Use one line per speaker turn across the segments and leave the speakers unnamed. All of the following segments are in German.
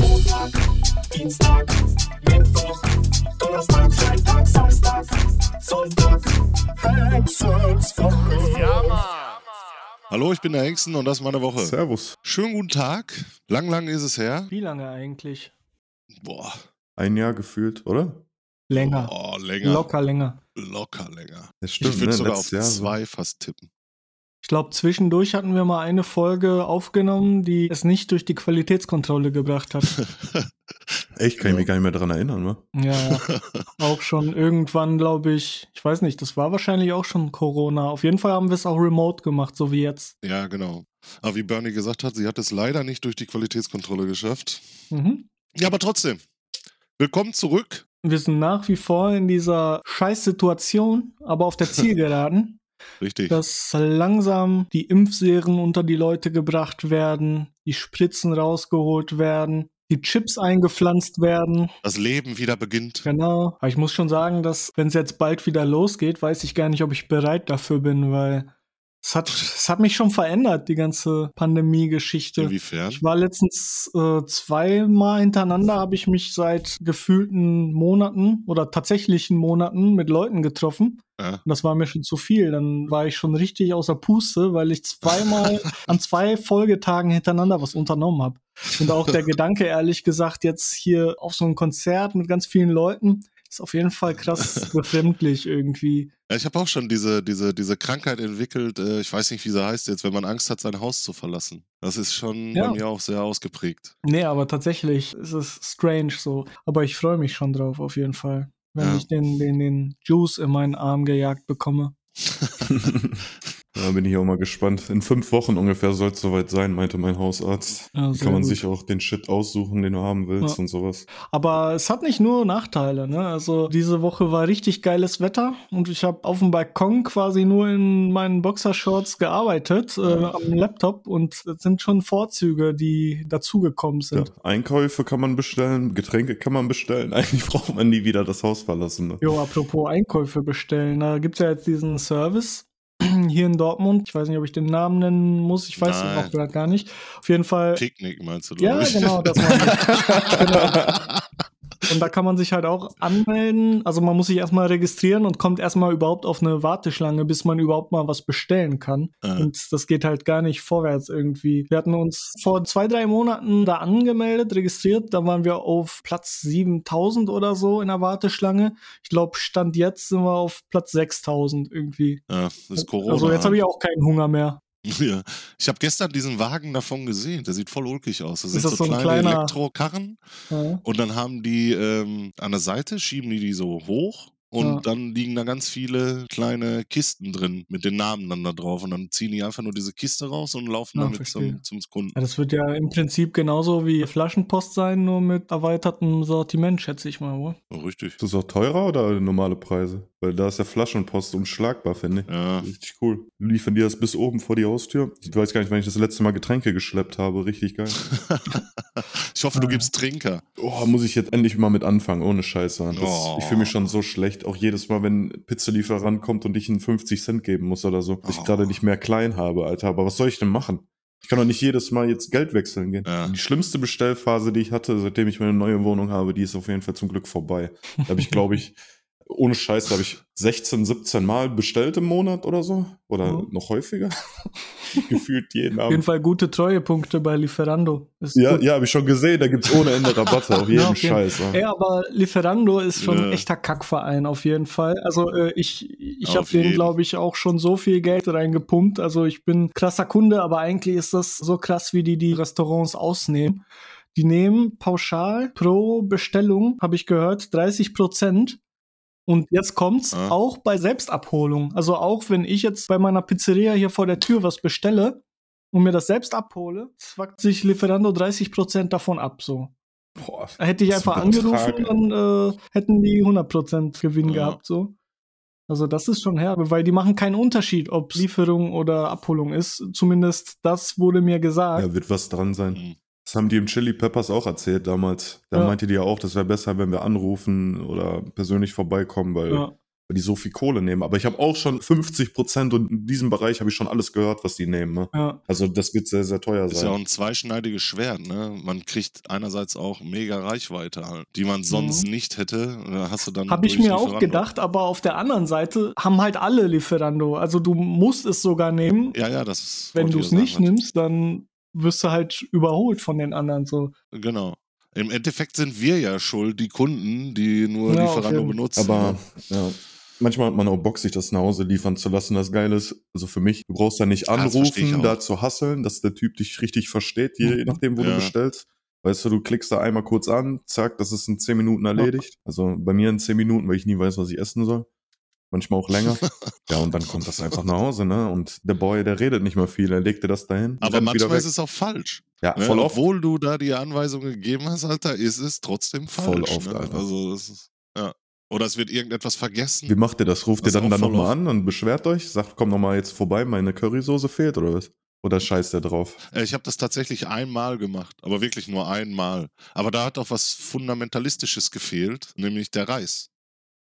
Montag, Dienstag, Mittwoch, Donnerstag, Freitag, Samstag, Sonntag, Hexenswoche.
Ja, Mann.
Hallo, ich bin der Hengsten und das ist meine Woche.
Servus.
Schönen guten Tag. Lang, lang ist es her.
Wie lange eigentlich?
Boah,
Ein Jahr gefühlt, oder?
Länger.
oh, länger.
Locker länger.
Locker länger.
Das
ich
ne,
würde sogar auf
ne? Letztes Jahr so.
zwei fast tippen.
Ich glaube, zwischendurch hatten wir mal eine Folge aufgenommen, die es nicht durch die Qualitätskontrolle gebracht hat.
Echt, kann ich mich gar nicht mehr dran erinnern, wa?
ja, ja. auch schon irgendwann, glaube ich, ich weiß nicht, das war wahrscheinlich auch schon Corona. Auf jeden Fall haben wir es auch remote gemacht, so wie jetzt.
ja, genau. Aber wie Bernie gesagt hat, sie hat es leider nicht durch die Qualitätskontrolle geschafft.
Mhm.
Ja, aber trotzdem. Willkommen zurück.
Wir sind nach wie vor in dieser Scheißsituation, aber auf der Zielgeraden.
Richtig.
dass langsam die Impfserien unter die Leute gebracht werden, die Spritzen rausgeholt werden, die Chips eingepflanzt werden.
Das Leben wieder beginnt.
Genau. Aber ich muss schon sagen, dass wenn es jetzt bald wieder losgeht, weiß ich gar nicht, ob ich bereit dafür bin, weil es hat, es hat mich schon verändert, die ganze Pandemie-Geschichte.
Inwiefern?
Ich war letztens äh, zweimal hintereinander, habe ich mich seit gefühlten Monaten oder tatsächlichen Monaten mit Leuten getroffen.
Ja.
Und das war mir schon zu viel. Dann war ich schon richtig außer Puste, weil ich zweimal an zwei Folgetagen hintereinander was unternommen habe. Und auch der Gedanke, ehrlich gesagt, jetzt hier auf so ein Konzert mit ganz vielen Leuten, ist auf jeden Fall krass befremdlich irgendwie.
Ja, ich habe auch schon diese, diese, diese Krankheit entwickelt. äh, Ich weiß nicht, wie sie heißt jetzt, wenn man Angst hat, sein Haus zu verlassen. Das ist schon
Ja.
bei mir auch sehr ausgeprägt.
Nee, aber tatsächlich ist es strange so. Aber ich freue mich schon drauf, auf jeden Fall. Wenn
Ja.
ich den, den, den Juice in meinen Arm gejagt bekomme.
Da bin ich auch mal gespannt. In fünf Wochen ungefähr soll es soweit sein, meinte mein Hausarzt.
Ja, sehr
kann man
gut.
sich auch den Shit aussuchen, den du haben willst
Ja.
und sowas.
Aber es hat nicht nur Nachteile, ne? Also diese Woche war richtig geiles Wetter und ich habe auf dem Balkon quasi nur in meinen Boxershorts gearbeitet, äh, am Laptop und das sind schon Vorzüge, die dazugekommen
Ja.
sind.
Einkäufe kann man bestellen, Getränke kann man bestellen. Eigentlich braucht man nie wieder das Haus verlassen. Ne?
Jo, apropos Einkäufe bestellen, da gibt's ja jetzt diesen Service hier in Dortmund. Ich weiß nicht, ob ich den Namen nennen muss, ich weiß
Nein.
es auch gerade gar nicht. Auf jeden Fall.
Picknick meinst du,
Ja,
glaub ich.
genau, das war genau. Und da kann man sich halt auch anmelden. Also man muss sich erstmal registrieren und kommt erstmal überhaupt auf eine Warteschlange, bis man überhaupt mal was bestellen kann.
Äh,
Und das geht halt gar nicht vorwärts irgendwie. Wir hatten uns vor zwei, drei Monaten da angemeldet, registriert. Dann waren wir auf Platz 7000 oder so in der Warteschlange. Ich glaube, Stand jetzt sind wir auf Platz 6000 irgendwie.
ja, das ist Corona. ne?
also jetzt habe ich auch keinen Hunger mehr.
Ja. Ich habe gestern diesen Wagen davon gesehen. Der sieht voll ulkig aus. Das
Ist
sind
das
so,
so ein
kleine
kleiner-
Elektrokarren.
Ja.
Und dann haben die ähm, an der Seite, schieben die die so hoch. Und
Ja.
dann liegen da ganz viele kleine Kisten drin mit den Namen dann da drauf. Und dann ziehen die einfach nur diese Kiste raus und laufen
Ah,
damit zum,
verstehe.
zum Kunden.
Ja, das wird ja im Prinzip genauso wie Flaschenpost sein, nur mit erweitertem Sortiment, schätze ich mal. Oder?
Oh, richtig.
Ist das auch teurer oder normale Preise? Weil da ist ja Flaschenpost unschlagbar, finde ich.
Ja.
Richtig cool. Liefern die das bis oben vor die Haustür? Ich weiß gar nicht, wann ich das letzte Mal Getränke geschleppt habe. Richtig geil.
Ich hoffe,
Ah,
du gibst Trinker.
Oh, muss ich jetzt endlich mal mit anfangen, ohne Scheiße. Das,
Oh.
Ich fühle mich schon so schlecht. Auch jedes Mal, wenn ein Pizzalieferant kommt und ich einen 50 Cent geben muss oder so. dass
Oh.
Ich gerade nicht mehr klein habe, Alter. Aber was soll ich denn machen? Ich kann doch nicht jedes Mal jetzt Geld wechseln gehen.
Ja.
Die schlimmste Bestellphase, die ich hatte, seitdem ich meine neue Wohnung habe, die ist auf jeden Fall zum Glück vorbei. Da habe ich, glaube ich, ohne Scheiß, habe ich 16, 17 Mal bestellt im Monat oder so. Oder
Mhm.
noch häufiger. Gefühlt jeden
Auf jeden
Abend.
Fall gute Treuepunkte bei Lieferando. Ist
Ja,
gut.
ja, habe ich schon gesehen. Da gibt's ohne Ende Rabatte auf jeden
Ja, auf jeden-
Scheiß. ja.
Ey, aber Lieferando ist schon
Ja.
ein echter Kackverein auf jeden Fall. Also äh, ich, ich habe
Auf
denen,
jeden.
glaube ich, auch schon so viel Geld reingepumpt. Also ich bin krasser Kunde, aber eigentlich ist das so krass, wie die die Restaurants ausnehmen. Die nehmen pauschal pro Bestellung, habe ich gehört, 30 Prozent. Und jetzt kommt's
Ah.
auch bei Selbstabholung. Also auch wenn ich jetzt bei meiner Pizzeria hier vor der Tür was bestelle und mir das selbst abhole, zwackt sich Lieferando 30 Prozent davon ab. So.
Boah,
Hätte ich
Das ist
einfach
ein Betrag,
angerufen, dann äh, hätten die 100% Gewinn
Ja.
gehabt. So. Also das ist schon herbe, weil die machen keinen Unterschied, ob Lieferung oder Abholung ist. Zumindest das wurde mir gesagt.
Ja, wird was dran sein.
Mhm.
Das haben die im Chili Peppers auch erzählt damals. Da
Ja.
meinte die ja auch, das wäre besser, wenn wir anrufen oder persönlich vorbeikommen, weil
Ja.
weil die so viel Kohle nehmen. Aber ich habe auch schon 50 Prozent und in diesem Bereich habe ich schon alles gehört, was die nehmen. Ne?
Ja.
Also das wird sehr, sehr teuer
Ist ja
sein.
auch ein zweischneidiges Schwert, ne? Man kriegt einerseits auch mega Reichweite halt, die man sonst nicht hätte. Und Da hast du dann.
Habe Mhm. ich
durch
mir auch
Lieferando.
gedacht, aber auf der anderen Seite haben halt alle Lieferando. Also du musst es sogar nehmen.
Ja, ja, das ist.
Wenn
wollte
du
ich
es
sagen.
nicht nimmst, dann wirst du halt überholt von den anderen. So.
Genau. Im Endeffekt sind wir ja schuld, die Kunden, die nur
Ja, auf
Lieferando
jeden-
benutzen.
Aber ja, manchmal hat man auch Bock, sich das nach Hause liefern zu lassen. Das Geile ist, also für mich, du brauchst da nicht
Ja, Ah, das verstehe ich
anrufen,
auch. Mhm.
da zu hasseln, dass der Typ dich richtig versteht, je, je nachdem, wo
Ja.
du bestellst. Weißt du, du klickst da einmal kurz an, zack, das ist in 10 Minuten erledigt. Also bei mir in 10 Minuten, weil ich nie weiß, was ich essen soll. Manchmal auch länger. ja, und dann kommt das einfach nach Hause, ne? Und der Boy, der redet nicht mehr viel, er legt dir das dahin. und
aber
rennt wieder
manchmal
weg.
ist es auch falsch.
ja,
Ne?
voll oft.
Obwohl du da die Anweisung gegeben hast, Alter, ist es trotzdem falsch.
Voll oft,
ne?
Alter.
Also, das ist, ja. Oder es wird irgendetwas vergessen.
Wie macht ihr das? Ruft ihr
Das ist
dann,
auch
dann
voll
nochmal an und beschwert euch? Sagt, komm nochmal jetzt vorbei, meine Currysoße fehlt oder was? Oder scheißt ihr drauf?
Äh, Ich habe das tatsächlich einmal gemacht, aber wirklich nur einmal. Aber da hat auch was Fundamentalistisches gefehlt, nämlich der Reis.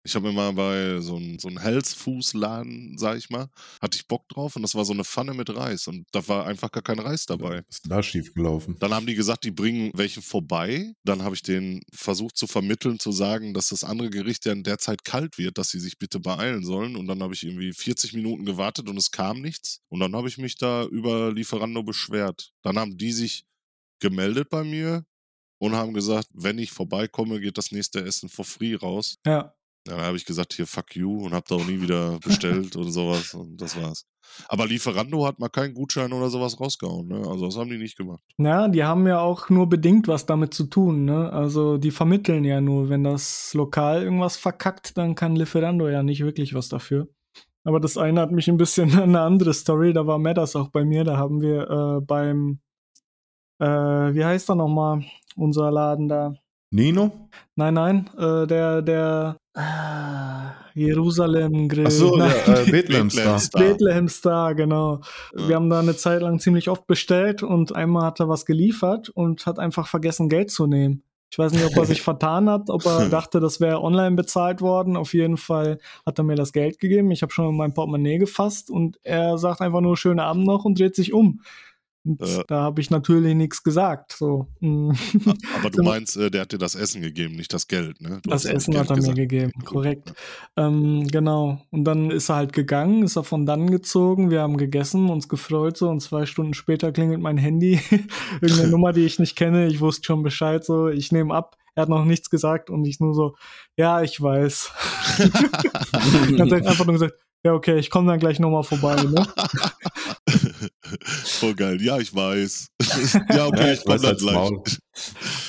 Ich habe immer bei so einem so einem Health Foods Laden, sag ich mal, hatte ich Bock drauf und das war so eine Pfanne mit Reis und da war einfach gar kein Reis dabei.
Ist da schief gelaufen?
Dann haben die gesagt, die bringen welche vorbei. Dann habe ich denen versucht zu vermitteln, zu sagen, dass das andere Gericht ja in der Zeit kalt wird, dass sie sich bitte beeilen sollen. Und dann habe ich irgendwie 40 Minuten gewartet und es kam nichts. Und dann habe ich mich da über Lieferando beschwert. Dann haben die sich gemeldet bei mir und haben gesagt, wenn ich vorbeikomme, geht das nächste Essen for free raus.
Ja.
Dann habe ich gesagt, hier fuck you und habe da auch nie wieder bestellt oder sowas. Und das war's. Aber Lieferando hat mal keinen Gutschein oder sowas rausgehauen. Ne? Also das haben die nicht gemacht.
Ja, die haben ja auch nur bedingt was damit zu tun. Ne? Also die vermitteln ja nur. Wenn das Lokal irgendwas verkackt, dann kann Lieferando ja nicht wirklich was dafür. Aber das erinnert mich ein bisschen an eine andere Story. Da war Matters auch bei mir. Da haben wir äh, beim, äh, wie heißt er nochmal, unser Laden da?
Nino?
Nein, nein, äh, der, der äh, Jerusalem Grill.
Achso,
nein.
der äh, Bethlehem Star.
Bethlehem-Star.
Bethlehem Star, genau.
Ja.
Wir haben da eine Zeit lang ziemlich oft bestellt und einmal hat er was geliefert und hat einfach vergessen, Geld zu nehmen. Ich weiß nicht, ob er sich vertan hat, ob er dachte, das wäre online bezahlt worden. Auf jeden Fall hat er mir das Geld gegeben. Ich habe schon in mein Portemonnaie gefasst und er sagt einfach nur schönen Abend noch und dreht sich um. Und
Ja.
Da habe ich natürlich nichts gesagt. So. mm.
Aber du meinst, äh, der hat dir das Essen gegeben, nicht das Geld, ne? Du
Das
hast ihm
Essen
Geld
hat er mir
gesagt.
gegeben,
Gut,
korrekt.
ne?
Ähm, genau. Und dann ist er halt gegangen, ist er von dann gezogen. Wir haben gegessen, uns gefreut so und zwei Stunden später klingelt mein Handy. Irgendeine Nummer, die ich nicht kenne. Ich wusste schon Bescheid so. Ich nehme ab. Er hat noch nichts gesagt und ich nur so, ja, ich weiß. er hat dann einfach nur gesagt, ja, okay, ich komme dann gleich nochmal vorbei. Ne?
Voll Oh, geil. Ja, ich weiß. ja, okay,
Ja,
ich komm dann
halt's
gleich.
Maul.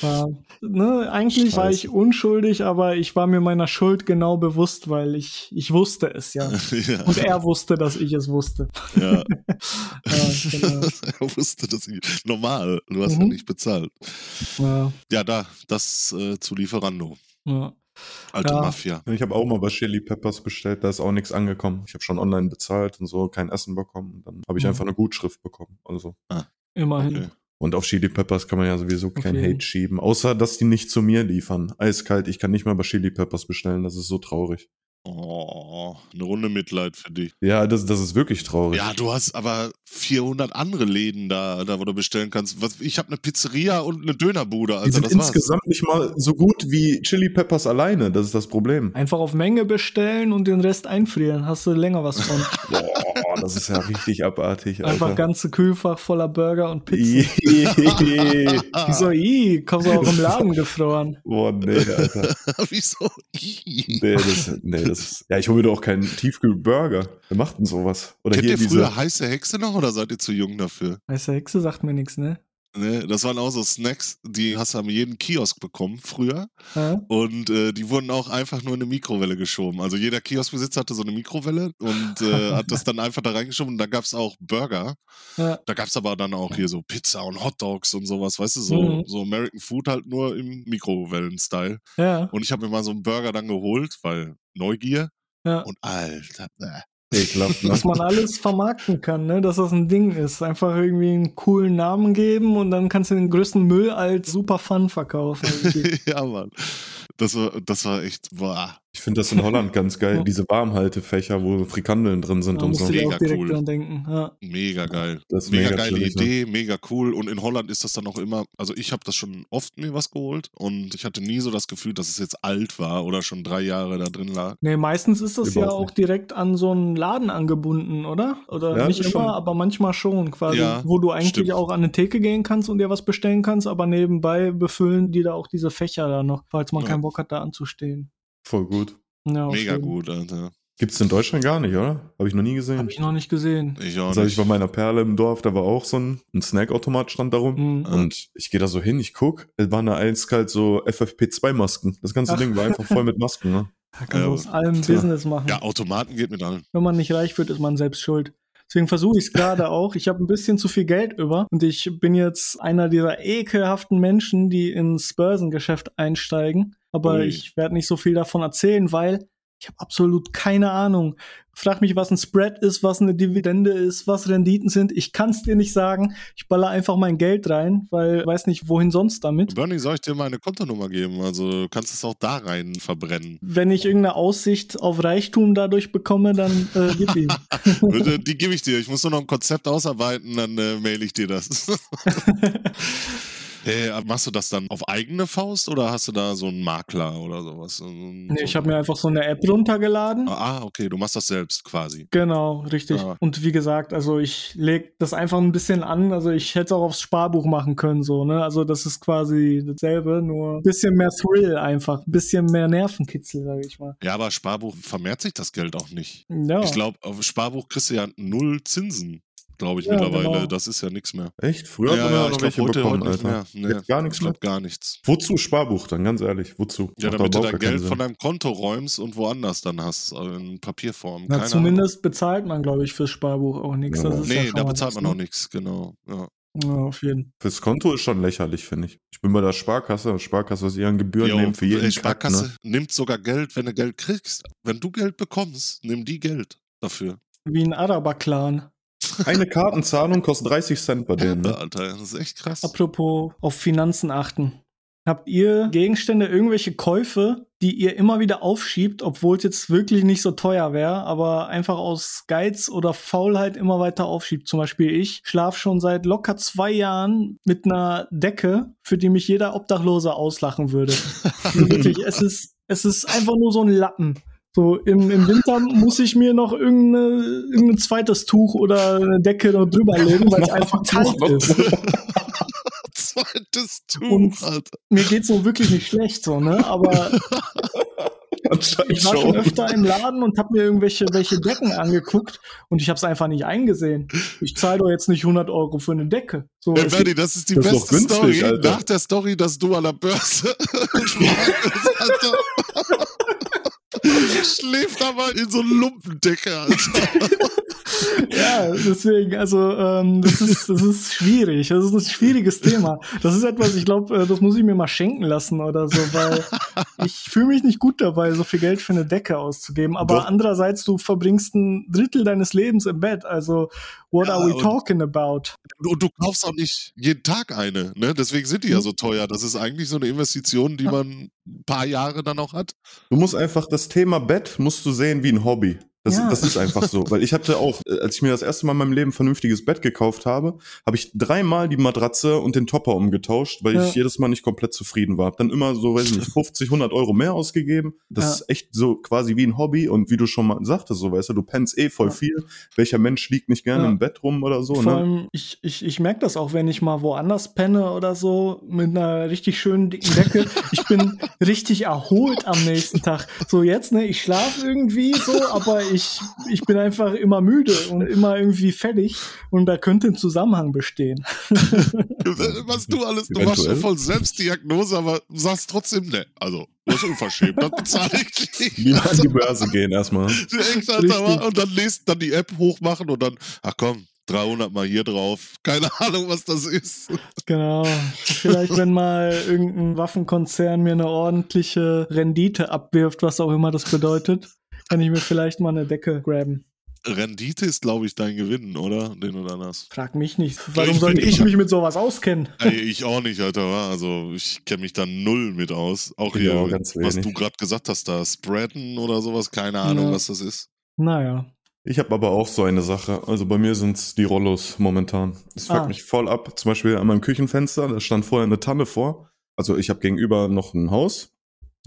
Ja. ne, eigentlich war
Scheiße.
ich unschuldig, aber ich war mir meiner Schuld genau bewusst, weil ich, ich wusste es ja.
ja,
Und er wusste, dass ich es wusste.
ja.
Ja, genau.
er wusste das nicht. Normal, du hast ja
Mhm.
nicht bezahlt.
Ja,
Ja, da, das äh, zu Lieferando.
ja.
Alte
Ja.
Mafia.
Ich habe auch mal bei Chili Peppers bestellt, da ist auch nichts angekommen. Ich habe schon online bezahlt und so, kein Essen bekommen. Dann habe ich
Mhm.
einfach eine Gutschrift bekommen. Also.
Immerhin.
Okay.
Und auf Chili Peppers kann man ja sowieso kein
jeden.
Hate schieben, außer dass die nicht zu mir liefern. Eiskalt, ich kann nicht mal bei Chili Peppers bestellen, das ist so traurig.
Oh, eine Runde Mitleid für dich.
Ja, das, das ist wirklich traurig.
Ja, du hast aber 400 andere Läden da, da wo du bestellen kannst. Was, ich habe eine Pizzeria und eine Dönerbude,
Die
also
sind
das war's.
insgesamt nicht mal so gut wie Chili Peppers alleine. Das ist das Problem.
Einfach auf Menge bestellen und den Rest einfrieren. Hast du länger was von.
Boah, das ist ja richtig abartig,
Einfach
Alter.
ganze Kühlfach voller Burger und Pizza.
Ihhh.
Ich so, ih, kommst du auch im Laden gefroren.
Boah, nee, Alter.
Wieso?
Nee, das, nee, das ist, ja, ich hole mir doch keinen Tiefkühlburger. Wer macht denn sowas? Oder
Kennt
hier
ihr früher
diese.
heiße Hexe noch oder seid ihr zu jung dafür?
Weiße Hexe sagt mir nichts, ne?
Ne? Das waren auch so Snacks, die hast du an jedem Kiosk bekommen früher.
Ja?
Und äh, die wurden auch einfach nur in eine Mikrowelle geschoben. Also jeder Kioskbesitzer hatte so eine Mikrowelle und äh, hat das dann einfach da reingeschoben. Und da gab es auch Burger.
Ja.
Da gab es aber dann auch hier so Pizza und Hot Dogs und sowas, weißt du, so,
Mhm.
so American Food halt nur im Mikrowellen-Style.
Ja.
Und ich habe mir mal so einen Burger dann geholt, weil Neugier.
Ja.
Und Alter, äh,
Ekelhaft, ne?
Dass man alles vermarkten kann, ne? Dass das ein Ding ist. Einfach irgendwie einen coolen Namen geben und dann kannst du den größten Müll als super Fun verkaufen. irgendwie.
ja, Mann. Das war, das war echt, boah.
Ich finde das in Holland ganz geil. Diese Warmhaltefächer, wo Frikandeln drin sind
Da
und
musst
so.
du dir
Mega
auch direkt
cool.
dran denken. Ja.
Mega geil.
Das ist
Mega,
mega
geile
chillig, ne?
Idee, mega cool. Und in Holland ist das dann auch immer, also ich habe das schon oft mir was geholt und ich hatte nie so das Gefühl, dass es jetzt alt war oder schon drei Jahre da drin lag.
Nee, meistens ist das ja
Überhaupt
auch
nicht.
direkt an so einen Laden angebunden, oder? Oder
Ja,
nicht immer,
schon.
aber manchmal schon quasi,
Ja,
wo du eigentlich
stimmt.
auch an eine Theke gehen kannst und dir was bestellen kannst, aber nebenbei befüllen die da auch diese Fächer da noch, falls man
Ja.
keinen Bock hat, da anzustehen.
Voll gut.
Ja, auf
Mega
jeden.
gut, Alter.
Gibt's in Deutschland gar nicht, oder? Habe ich noch nie gesehen.
Hab ich noch nicht gesehen.
Ich auch
Das habe ich
nicht.
bei meiner Perle im Dorf, da war auch so ein, ein Snackautomat stand da rum.
Mhm.
Und ich gehe da so hin, ich guck, es waren da eiskalt so FFP2-Masken. Das ganze
Ach.
Ding war einfach voll mit Masken, ne?
Da kann
Ja,
man aus allem
tja.
Business machen.
Ja, Automaten geht mit allen.
Wenn man nicht reich wird, ist man selbst schuld. Deswegen versuche ich es gerade auch. Ich habe ein bisschen zu viel Geld über und ich bin jetzt einer dieser ekelhaften Menschen, die ins Börsengeschäft einsteigen. Aber
Ui.
ich werde nicht so viel davon erzählen, weil ich habe absolut keine Ahnung. Frag mich, was ein Spread ist, was eine Dividende ist, was Renditen sind. Ich kann es dir nicht sagen. Ich baller einfach mein Geld rein, weil weiß nicht, wohin sonst damit.
Bernie, soll ich dir meine Kontonummer geben? Also du kannst es auch da rein verbrennen.
Wenn ich irgendeine Aussicht auf Reichtum dadurch bekomme, dann äh, gib ihm.
Bitte, die gebe ich dir. Ich muss nur noch ein Konzept ausarbeiten, dann äh, mail ich dir das. hey, aber machst du das dann auf eigene Faust oder hast du da so einen Makler oder sowas? So einen-
Nee, ich habe mir einfach so eine App runtergeladen.
Ah, okay, du machst das selbst quasi.
Genau, richtig.
Ja.
Und wie gesagt, also ich lege das einfach ein bisschen an. Also ich hätte es auch aufs Sparbuch machen können, so, ne? Also das ist quasi dasselbe, nur ein bisschen mehr Thrill einfach, ein bisschen mehr Nervenkitzel, sage ich mal.
Ja, aber Sparbuch vermehrt sich das Geld auch nicht.
Ja.
Ich glaube, auf Sparbuch kriegst du ja null Zinsen, glaube ich
Ja,
mittlerweile.
genau.
Das ist ja nichts mehr.
Echt? Früher
ja,
haben wir
ja,
noch
ich glaube,
welche
heute,
bekommen,
heute nicht
Alter.
mehr. Nee,
Jetzt gar nichts
ich glaube
mehr?
gar nichts.
Wozu Sparbuch dann, ganz ehrlich? Wozu?
Ja,
Macht
damit du
überhaupt
dein
gar keinen
Geld
Sinn.
von deinem Konto räumst und woanders dann hast, also in Papierform.
Na,
Keine
zumindest bezahlt man, glaube ich, fürs Sparbuch auch nichts.
Ja.
Das ist
Ahnung. Nee,
ja schon
da
mal
bezahlt
was,
man auch
ne?
nichts, genau. Ja,
Ja, auf jeden
Fürs Konto ist schon lächerlich, finde ich. Ich bin bei der Sparkasse. Sparkasse, was ihr an Gebühren
Jo,
nehmt für jeden
äh,
Sparkasse.
Sparkasse
Kack, ne?
nimmt sogar Geld, wenn du Geld kriegst. Wenn du Geld bekommst, nimm die Geld dafür.
Wie ein Araber-Clan.
ne? Eine Kartenzahlung kostet 30 Cent bei denen.
Alter,
Ne?
Alter, das ist echt krass.
Apropos auf Finanzen achten. Habt ihr Gegenstände, irgendwelche Käufe, die ihr immer wieder aufschiebt, obwohl es jetzt wirklich nicht so teuer wäre, aber einfach aus Geiz oder Faulheit immer weiter aufschiebt? Zum Beispiel ich schlaf schon seit locker zwei Jahren mit einer Decke, für die mich jeder Obdachlose auslachen würde. Also wirklich, es ist, es ist einfach nur so ein Lappen. So, im, im Winter muss ich mir noch irgendeine, irgendein zweites Tuch oder eine Decke noch drüber legen, weil es einfach kalt ist.
Zweites
Und-
Tuch, Alter.
mir geht's so wirklich nicht schlecht so, ne? Aber
Anscheinend
ich war schon
schon.
öfter im Laden und habe mir irgendwelche welche Decken angeguckt und ich habe es einfach nicht eingesehen. Ich zahle doch jetzt nicht 100 Euro für eine Decke. So,
Ey,
es
Bernie, das ist die
Das ist
beste
doch günstig,
Story.
Alter.
Nach der Story, dass du an der Börse schwankst, Alter. Schläft da mal in so einer Lumpendecke, Alter.
gibt- ja, deswegen, also ähm, das, ist, das ist schwierig. Das ist ein schwieriges Thema. Das ist etwas, ich glaube, das muss ich mir mal schenken lassen oder so, weil ich fühle mich nicht gut dabei, so viel Geld für eine Decke auszugeben. Aber
Doch.
andererseits, du verbringst ein Drittel deines Lebens im Bett. Also, what
Ja,
are we
und-
talking about?
Und du kaufst auch nicht jeden Tag eine, ne? Deswegen sind die ja so teuer. Das ist eigentlich so eine Investition, die man ein paar Jahre dann auch hat.
Du musst einfach das Thema Bett musst du sehen wie ein Hobby. Das,
Ja.
das ist einfach so. Weil ich hatte auch, äh, als ich mir das erste Mal in meinem Leben ein vernünftiges Bett gekauft habe, habe ich dreimal die Matratze und den Topper umgetauscht, weil
Ja.
ich jedes Mal nicht komplett zufrieden war. Hab dann immer so, weiß ich nicht, 50, 100 Euro mehr ausgegeben. Das
Ja.
ist echt so quasi wie ein Hobby. Und wie du schon mal sagtest, so weißt du, du pennst eh voll
Ja.
viel. Welcher Mensch liegt nicht gerne
Ja.
im Bett rum oder so,
Vor
ne?
allem, ich, ich, ich merke das auch, wenn ich mal woanders penne oder so, mit einer richtig schönen dicken Decke. Ich bin richtig erholt am nächsten Tag. So jetzt, ne, ich schlafe irgendwie so, aber ich, ich bin einfach immer müde und immer irgendwie fertig. Und da könnte ein Zusammenhang bestehen.
Was du alles, du machst schon
Eventuell.
voll Selbstdiagnose, aber sagst trotzdem, ne, also, das ist unverschämt, das bezahle ich nicht.
Lieber an die Börse gehen erstmal.
Echt,
Richtig.
Alter, wa? und dann lest, dann die App hochmachen und dann, ach komm, 300 mal hier drauf. Keine Ahnung, was das ist.
Genau. Vielleicht, wenn mal irgendein Waffenkonzern mir eine ordentliche Rendite abwirft, was auch immer das bedeutet, kann ich mir vielleicht mal eine Decke graben.
Rendite ist, glaube ich, dein Gewinn, oder? Den oder das.
Frag mich nicht. Warum
Ich
sollte
bin-
ich mich mit sowas auskennen?
Ey, ich auch nicht, Alter. wa? Also ich kenne mich da null mit aus. Auch
Ich
hier,
auch ganz
was
wenig.
du gerade gesagt hast, da Spreaden oder sowas, keine Ahnung,
Ja.
was das ist.
Naja.
Ich habe aber auch so eine Sache. Also bei mir sind es die Rollos momentan. Das fuckt
Ah.
mich voll ab. Zum Beispiel an meinem Küchenfenster, da stand vorher eine Tanne vor. Also ich habe gegenüber noch ein Haus.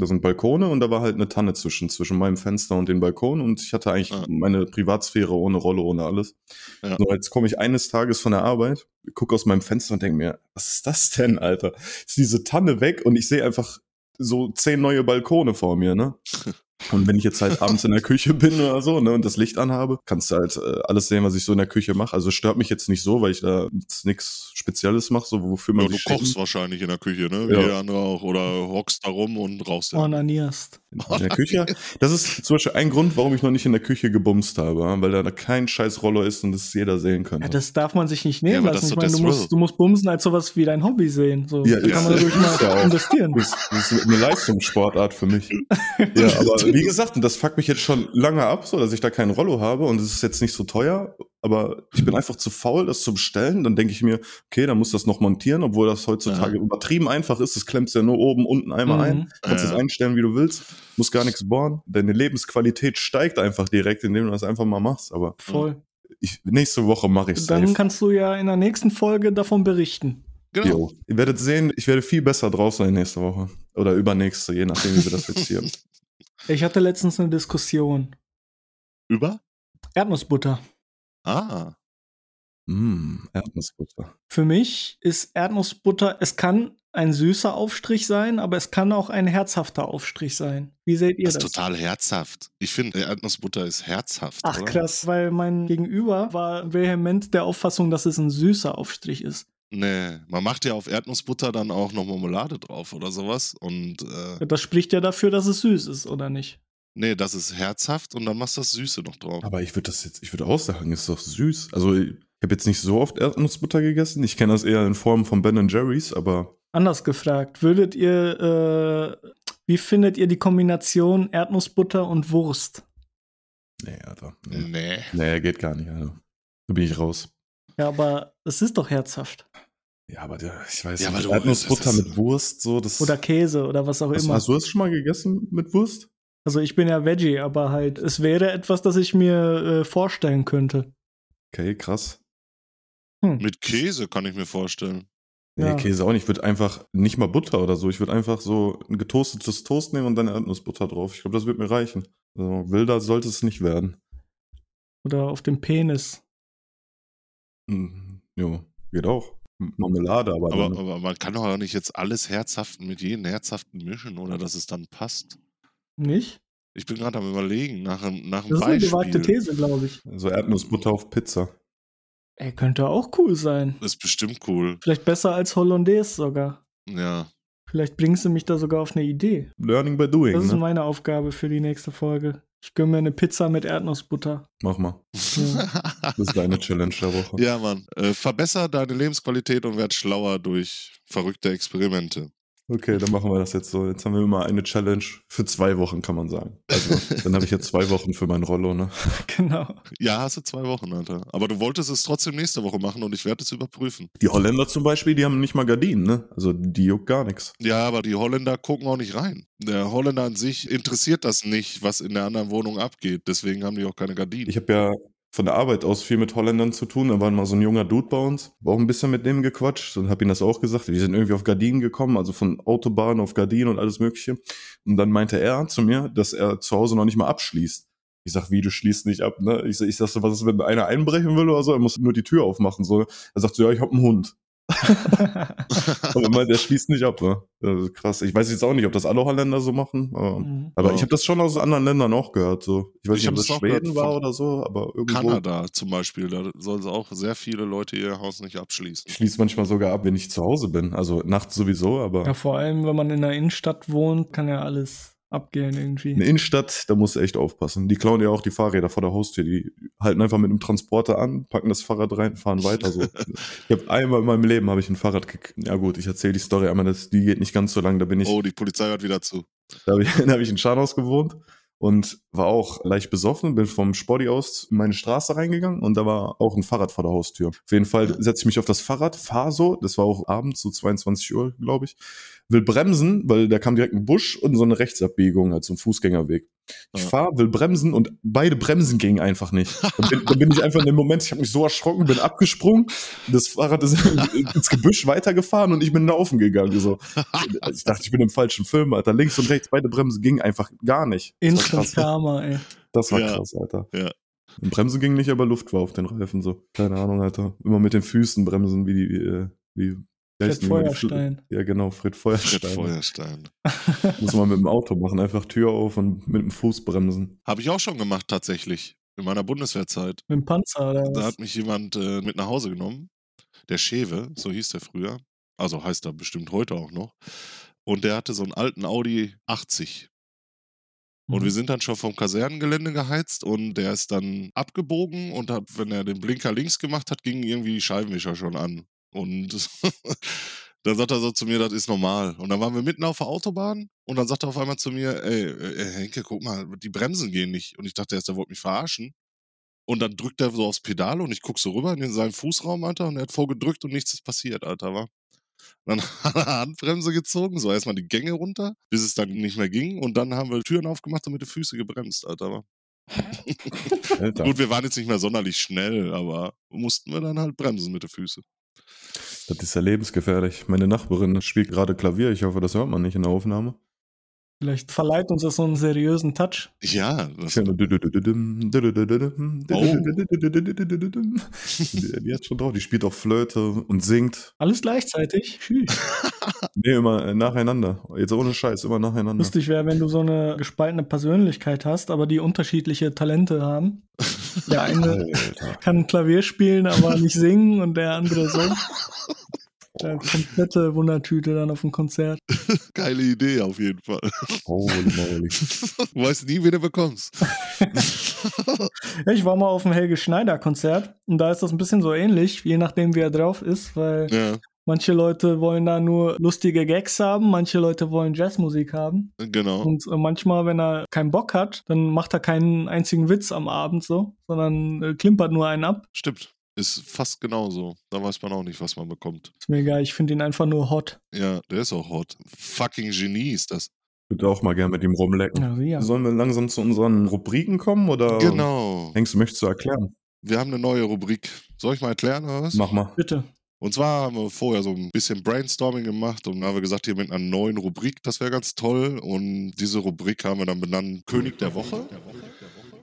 Da sind Balkone und da war halt eine Tanne zwischen, zwischen meinem Fenster und dem Balkon. Und ich hatte eigentlich
Ah.
meine Privatsphäre ohne Rollo, ohne alles.
Ja.
So, jetzt komme ich eines Tages von der Arbeit, gucke aus meinem Fenster und denke mir, was ist das denn, Alter? Ist diese Tanne weg und ich sehe einfach so zehn neue Balkone vor mir, ne? Und wenn ich jetzt halt abends in der Küche bin oder so, ne, und das Licht anhabe, kannst du halt äh, alles sehen, was ich so in der Küche mache. Also stört mich jetzt nicht so, weil ich da jetzt nichts Spezielles mache, so wofür man
Ja, du
ja, sich
kochst
schämt.
wahrscheinlich in der Küche, ne? Wie
Ja.
der andere auch. Oder hockst da rum und rauchst. ja.
Onanierst.
in der Küche. Das ist zum Beispiel ein Grund, warum ich noch nicht in der Küche gebumst habe, ja, weil da kein scheiß Roller ist und das jeder sehen könnte.
Ja, das darf man sich nicht nehmen
aber das
lassen.
ist
Ich
doch
meine,
der
du
Thrill.
musst, du musst Bumsen als sowas wie dein Hobby sehen. So,
Ja,
da kann man
ist-
natürlich
ist ja
mal
auch.
investieren.
Das, das ist eine Leistungssportart für mich. ja, aber wie gesagt, und das fuckt mich jetzt schon lange ab, so dass ich da keinen Rollo habe und es ist jetzt nicht so teuer, aber ich bin einfach zu faul, das zu bestellen. Dann denke ich mir, okay, dann muss das noch montieren, obwohl das heutzutage übertrieben einfach ist. Das klemmst du ja nur oben, unten einmal ein.
Mhm.
Kannst
Ja.
es einstellen, wie du willst. Musst gar nichts bohren. Deine Lebensqualität steigt einfach direkt, indem du das einfach mal machst. Aber
Voll.
ich, nächste Woche mache ich es
Dann
safe.
kannst du ja in der nächsten Folge davon berichten.
Genau.
Jo. Ihr werdet sehen, ich werde viel besser drauf sein nächste Woche. Oder übernächste, je nachdem, wie wir das jetzt hier.
Ich hatte letztens eine Diskussion.
Über?
Erdnussbutter.
Ah.
Mmm, Erdnussbutter.
Für mich ist Erdnussbutter, es kann ein süßer Aufstrich sein, aber es kann auch ein herzhafter Aufstrich sein. Wie seht ihr
Das
das?
ist total herzhaft. Ich finde, Erdnussbutter ist herzhaft.
Ach
oder?
krass, weil mein Gegenüber war vehement der Auffassung, dass es ein süßer Aufstrich ist.
Nee, man macht ja auf Erdnussbutter dann auch noch Marmelade drauf oder sowas. Und äh,
Das spricht ja dafür, dass es süß ist, oder nicht?
nee, das ist herzhaft und dann machst du das Süße noch drauf.
Ah,
Aber ich würde das jetzt, ich würde auch sagen, ist doch süß. Also, ich habe jetzt nicht so oft Erdnussbutter gegessen. Ich kenne das eher in Form von Ben Jerry's, aber
Anders gefragt, würdet ihr, äh, wie findet ihr die Kombination Erdnussbutter und Wurst?
nee, Alter.
Mhm.
Nee,
Nee.
nee geht gar nicht, Alter. Da bin ich raus.
Ja, aber es ist doch herzhaft.
Ja, aber der, ich weiß
Ja,
nicht.
aber du-
Erdnussbutter
das ist-
mit Wurst, so, das.
Oder Käse oder was auch
hast,
immer.
hast du das schon mal gegessen mit Wurst?
Also ich bin ja Veggie, aber halt, es wäre etwas, das ich mir äh, vorstellen könnte.
Okay, krass.
Mit Käse kann ich mir vorstellen.
Nee,
Ja.
Käse auch nicht. Ich würde einfach nicht mal Butter oder so. Ich würde einfach so ein getoastetes Toast nehmen und dann Erdnussbutter drauf. Ich glaube, das wird mir reichen. So, wilder sollte es nicht werden.
Oder auf dem Penis.
Hm, jo, geht auch. Marmelade, aber,
Aber,
dann,
aber man kann doch auch nicht jetzt alles herzhaften mit jedem herzhaften mischen oder dass es dann passt.
Nicht?
Ich bin gerade am überlegen nach, einem- nach einem
Das ist eine gewagte
Beispiel.
These, glaube ich.
so Erdnussbutter auf Pizza.
Ey, könnte auch cool sein.
Ist bestimmt cool.
Vielleicht besser als Hollandaise sogar.
Ja.
Vielleicht bringst du mich da sogar auf eine Idee.
Learning by doing,
Das ist
ne?
meine Aufgabe für die nächste Folge. Ich gönne mir eine Pizza mit Erdnussbutter.
Mach mal. Das ist deine Challenge der Woche.
ja, Mann. Äh, verbesser deine Lebensqualität und werd schlauer durch verrückte Experimente.
Okay, dann machen wir das jetzt so. Jetzt haben wir immer eine Challenge für zwei Wochen, kann man sagen. Also, dann habe ich jetzt zwei Wochen für mein Rollo, ne?
Genau.
Ja, hast du zwei Wochen, Alter. Aber du wolltest es trotzdem nächste Woche machen und ich werde es überprüfen.
Die Holländer zum Beispiel, die haben nicht mal Gardinen, ne? Also, die juckt gar nichts.
Ja, aber die Holländer gucken auch nicht rein. Der Holländer an sich interessiert das nicht, was in der anderen Wohnung abgeht. Deswegen haben die auch keine Gardinen.
Ich habe ja von der Arbeit aus viel mit Holländern zu tun. Da war mal so ein junger Dude bei uns. War auch ein bisschen mit dem gequatscht und habe ihm das auch gesagt. Wir sind irgendwie auf Gardinen gekommen, also von Autobahnen auf Gardinen und alles Mögliche. Und dann meinte er zu mir, dass er zu Hause noch nicht mal abschließt. Ich sag, wie, du schließt nicht ab, ne? Ich, sag- ich sag so, was ist, wenn einer einbrechen will oder so? Er muss nur die Tür aufmachen, so. Er sagt so, ja, ich hab einen Hund. Aber er meint, er schließt nicht ab, ne? Also krass. Ich weiß jetzt auch nicht, ob das alle Holländer so machen, aber
Mhm.
aber
Ja.
ich habe das schon aus anderen Ländern auch gehört. So. Ich weiß
Ich
nicht,
hab
ob das
das auch
Schweden
gehört
war
von
oder so, aber irgendwo.
Kanada zum Beispiel, da sollen sie auch sehr viele Leute ihr Haus nicht abschließen.
Ich schließe manchmal sogar ab, wenn ich zu Hause bin. Also nachts sowieso, aber
Ja, vor allem, wenn man in der Innenstadt wohnt, kann ja alles abgehen irgendwie.
in der Innenstadt, da musst du echt aufpassen. Die klauen ja auch die Fahrräder vor der Haustür. Die halten einfach mit einem Transporter an, packen das Fahrrad rein, fahren weiter. So. ich habe einmal in meinem Leben habe ich ein Fahrrad gek Ja gut, ich erzähle die Story, aber das, die geht nicht ganz so lang. Da bin ich,
Oh, die Polizei hört wieder zu.
da habe ich, da hab ich in Scharnhaus gewohnt. und war auch leicht besoffen, bin vom Sporti aus in meine Straße reingegangen und da war auch ein Fahrrad vor der Haustür. Auf jeden Fall setze ich mich auf das Fahrrad, fahr so, das war auch abends, so 22 Uhr, glaube ich, will bremsen, weil da kam direkt ein Busch und so eine Rechtsabbiegung, also ein Fußgängerweg. Ich
Ja.
fahr, will bremsen und beide Bremsen gingen einfach nicht. Dann bin, dann bin ich einfach in dem Moment, ich habe mich so erschrocken, bin abgesprungen, das Fahrrad ist ins Gebüsch weitergefahren und ich bin laufen gegangen. So. Also Ich dachte, ich bin im falschen Film, Alter. Links und rechts, beide Bremsen gingen einfach gar nicht. Das war
Instant
krass,
Karma, ey.
das war
Ja.
krass Alter.
Ja.
Und Bremsen ging nicht, aber Luft war auf den Reifen so. Keine Ahnung, Alter. Immer mit den Füßen bremsen, wie die, äh, wie, wie
Fred
heißen die immer? Die Fl-
Feuerstein.
Ja, genau, Fred
Fred
Feuerstein.
Feuerstein.
Muss man mit dem Auto machen, einfach Tür auf und mit dem Fuß bremsen.
Habe ich auch schon gemacht, tatsächlich. In meiner Bundeswehrzeit.
Mit dem Panzer oder
Da
was?
hat mich jemand äh, mit nach Hause genommen. Der Schewe, so hieß der früher. Also heißt er bestimmt heute auch noch. Und der hatte so einen alten Audi 80. Und
Mhm.
wir sind dann schon vom Kasernengelände geheizt und der ist dann abgebogen und hat, wenn er den Blinker links gemacht hat, gingen irgendwie die Scheibenwischer schon an. Und dann sagt er so zu mir, das ist normal. Und dann waren wir mitten auf der Autobahn und dann sagt er auf einmal zu mir, ey, äh, Henke, guck mal, die Bremsen gehen nicht. Und ich dachte erst, er wollte mich verarschen. Und dann drückt er so aufs Pedal und ich guck so rüber in den- seinen Fußraum, Alter, und er hat vorgedrückt und nichts ist passiert, Alter, war. Dann hat er Handbremse gezogen, so erstmal die Gänge runter, bis es dann nicht mehr ging. Und dann haben wir Türen aufgemacht und mit den Füßen gebremst, Alter. War.
Alter.
Gut, wir waren jetzt nicht mehr sonderlich schnell, aber mussten wir dann halt bremsen mit den Füßen.
Das ist ja lebensgefährlich. Meine Nachbarin spielt gerade Klavier. Ich hoffe, das hört man nicht in der Aufnahme.
Vielleicht verleiht uns das so einen seriösen Touch.
Ja, das,
Ich höre nur düdüdüdüdüm, düdüdüdüdüm, düdüdüdüdüdüdüdüdüm. Die die hat schon drauf. Die spielt auch Flöte und singt.
Alles gleichzeitig. Tschüss.
Nee, immer äh, nacheinander. Jetzt ohne Scheiß, immer nacheinander.
Lustig wäre, wenn du so eine gespaltene Persönlichkeit hast, aber die unterschiedliche Talente haben. Der eine
Alter.
kann Klavier spielen, aber nicht singen und der andere so. Der komplette Wundertüte dann auf dem Konzert.
geile Idee auf jeden Fall.
Holy moly.
Du weißt nie, wen du bekommst.
Ja, ich war mal auf dem Helge Schneider Konzert und da ist das ein bisschen so ähnlich, je nachdem wie er drauf ist, weil
Ja,
manche Leute wollen da nur lustige Gags haben, manche Leute wollen Jazzmusik haben.
genau.
Und äh, manchmal, wenn er keinen Bock hat, dann macht er keinen einzigen Witz am Abend so, sondern äh, klimpert nur einen ab.
Stimmt. Ist fast genauso. Da weiß man auch nicht, was man bekommt.
Ist mir egal, ich finde ihn einfach nur hot.
Ja, der ist auch hot. Fucking Genie ist das.
Ich würde auch mal gerne mit ihm rumlecken.
Also, ja.
Sollen wir langsam zu unseren Rubriken kommen oder
Genau.
denkst du, möchtest du erklären?
Wir haben eine neue Rubrik. Soll ich mal erklären oder was?
Mach mal.
Bitte.
Und zwar haben wir vorher so ein bisschen Brainstorming gemacht und haben wir gesagt, hier mit einer neuen Rubrik, das wäre ganz toll. Und diese Rubrik haben wir dann benannt König der Woche.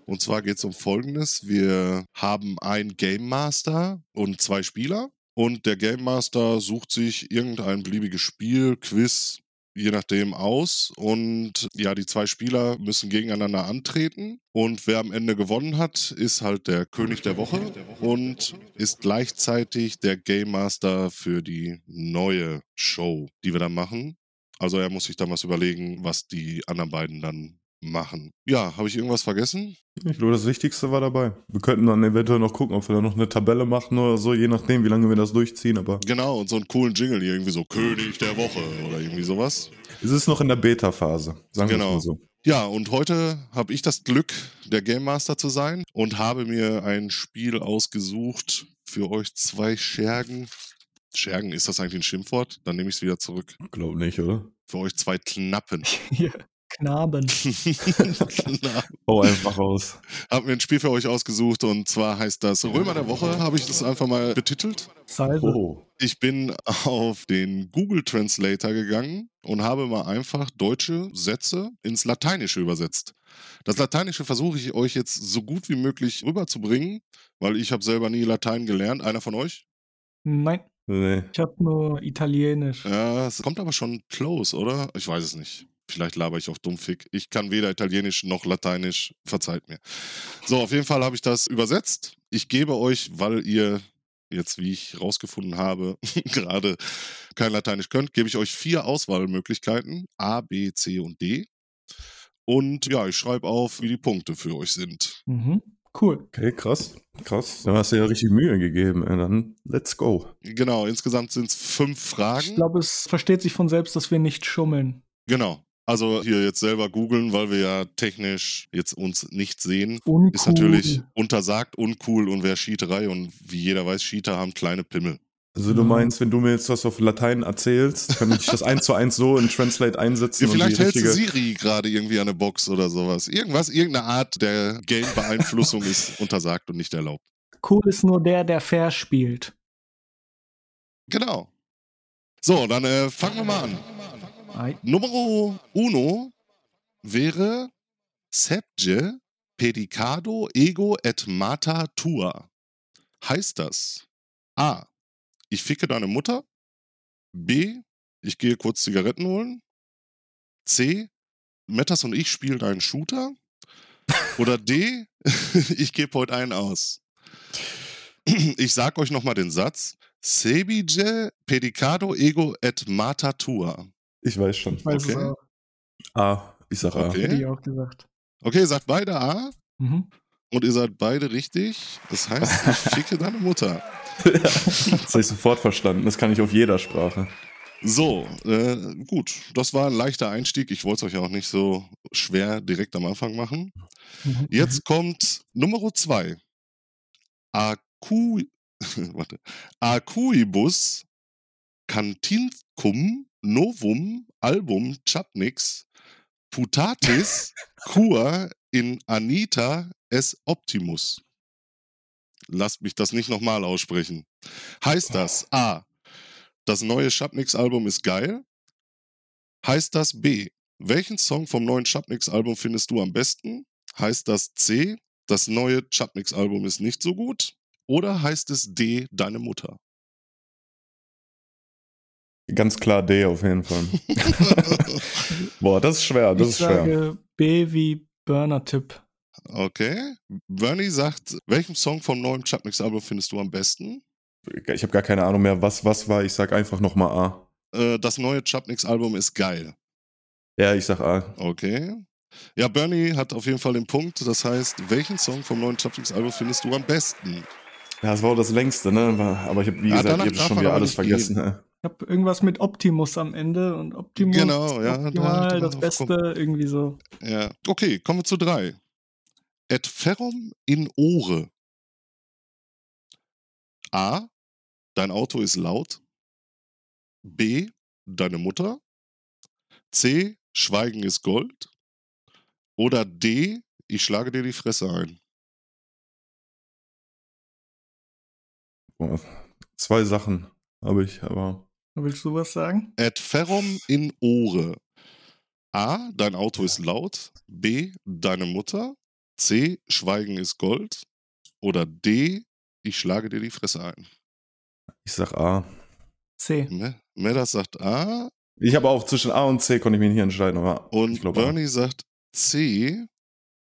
Und zwar geht es um Folgendes. Wir haben einen Game Master und zwei Spieler. Und der Game Master sucht sich irgendein beliebiges Spiel, Quiz, je nachdem aus. Und ja, die zwei Spieler müssen gegeneinander antreten. Und wer am Ende gewonnen hat, ist halt der König der Woche und ist gleichzeitig der Game Master für die neue Show, die wir dann machen. Also er muss sich dann was überlegen, was die anderen beiden dann machen. Ja, habe ich irgendwas vergessen?
Ich glaube, das Wichtigste war dabei. Wir könnten dann eventuell noch gucken, ob wir da noch eine Tabelle machen oder so, je nachdem, wie lange wir das durchziehen. Aber
Genau, und so einen coolen Jingle hier, irgendwie so König der Woche oder irgendwie sowas.
es ist noch in der Beta-Phase, sagen wir es
Genau.
mal so.
Ja, und heute habe ich das Glück, der Game Master zu sein und habe mir ein Spiel ausgesucht für euch zwei Schergen. Schergen, ist das eigentlich ein Schimpfwort? Dann nehme ich es wieder zurück.
Glaub nicht, oder?
Für euch zwei Knappen.
Hier. Knaben.
Na,
Hau einfach raus.
hab mir ein Spiel für euch ausgesucht und zwar heißt das Römer der Woche, habe ich das einfach mal betitelt.
Salve.
Oh.
Ich bin auf den Google Translator gegangen und habe mal einfach deutsche Sätze ins Lateinische übersetzt. Das Lateinische versuche ich euch jetzt so gut wie möglich rüberzubringen, weil ich habe selber nie Latein gelernt. Einer von euch?
Nein,
Nee.
ich habe nur Italienisch.
Ja, Äh, es kommt aber schon close, oder? Ich weiß es nicht. Vielleicht laber ich auch dummfick. Ich kann weder Italienisch noch Lateinisch. Verzeiht mir. So, auf jeden Fall habe ich das übersetzt. Ich gebe euch, weil ihr jetzt, wie ich rausgefunden habe, gerade kein Lateinisch könnt, gebe ich euch vier Auswahlmöglichkeiten. A, B, C und D. Und ja, ich schreibe auf, wie die Punkte für euch sind.
Mhm. Cool.
Okay, krass. Krass. Dann hast du ja richtig Mühe gegeben. ey. Dann let's go.
Genau, insgesamt sind es fünf Fragen.
Ich glaube, es versteht sich von selbst, dass wir nicht schummeln.
Genau. Also hier jetzt selber googeln, weil wir ja technisch jetzt uns nicht sehen.
Uncool.
Ist natürlich untersagt, uncool und wäre Cheaterei. Und wie jeder weiß, Cheater haben kleine Pimmel.
Also du
Mhm.
meinst, wenn du mir jetzt was auf Latein erzählst, kann ich das eins zu eins so in Translate einsetzen
Ja, vielleicht
und die
hältst du
richtige...
Siri gerade irgendwie an der Box oder sowas. Irgendwas, irgendeine Art der Game-Beeinflussung ist untersagt und nicht erlaubt.
Cool ist nur der, der fair spielt.
Genau. So, dann äh, fangen wir mal an.
Ei.
Numero uno wäre Sepge Pedicado Ego et Mata Tua. Heißt das A. Ich ficke deine Mutter. B. Ich gehe kurz Zigaretten holen. C. Metas und ich spielen einen Shooter. Oder D. ich gebe heute einen aus. Ich sag euch nochmal den Satz. Sebige Pedicado Ego et Mata Tua.
Ich weiß schon.
Weiß es
Okay.
auch.
Ah, ich sag A.
Okay.
Hätte ich auch gesagt.
Okay, sagt beide A
Mhm.
und ihr seid beide richtig. Das heißt, ich schicke deine Mutter.
Das habe ich sofort verstanden. Das kann ich auf jeder Sprache.
So, äh, gut. Das war ein leichter Einstieg. Ich wollte es euch auch nicht so schwer direkt am Anfang machen.
Mhm.
Jetzt kommt Nummer 2. Acu warte. Acuibus Cantincum Novum Album Chapnix Putatis Cur in Anita es Optimus. Lasst mich das nicht nochmal aussprechen. Heißt das A. Das neue Chapnix-Album ist geil? Heißt das B. Welchen Song vom neuen Chapnix-Album findest du am besten? Heißt das C, das neue Chapnix-Album ist nicht so gut? Oder heißt es D, deine Mutter?
Ganz klar D auf jeden Fall. Boah, das ist schwer, das
ich
ist schwer.
sage B wie Burner-Tipp.
okay. Bernie sagt, welchen Song vom neuen Chapnix-Album findest du am besten?
Ich habe gar keine Ahnung mehr, was was war. Ich sag einfach nochmal A.
Äh, das neue Chapnix-Album ist geil.
Ja, ich sag A.
Okay. Ja, Bernie hat auf jeden Fall den Punkt. Das heißt, welchen Song vom neuen Chapnix-Album findest du am besten?
Ja, das war auch das längste, ne? War- Aber ich habe, wie
Ja, danach
gesagt, ich habe
darf
schon
man
wieder
aber
alles
nicht
vergessen. ne?
Ich habe irgendwas mit Optimus am Ende und Optimus
Genau, ja, da-
optimal,
da-
das Beste, irgendwie so.
Ja. Okay, kommen wir zu drei. Et ferrum in ore. A. Dein Auto ist laut. B. Deine Mutter. C. Schweigen ist Gold. Oder D. Ich schlage dir die Fresse ein.
Boah, Zwei Sachen habe ich, aber
Willst du was sagen?
Et ferrum in ore. A. Dein Auto ist laut. B. Deine Mutter. C. Schweigen ist Gold. Oder D. Ich schlage dir die Fresse ein.
ich sag A.
C.
Me- Medas Ne? sagt A
Ich habe auch zwischen A und C konnte ich mich nicht entscheiden, aber
und
ich glaube A.
Bernie sagt C.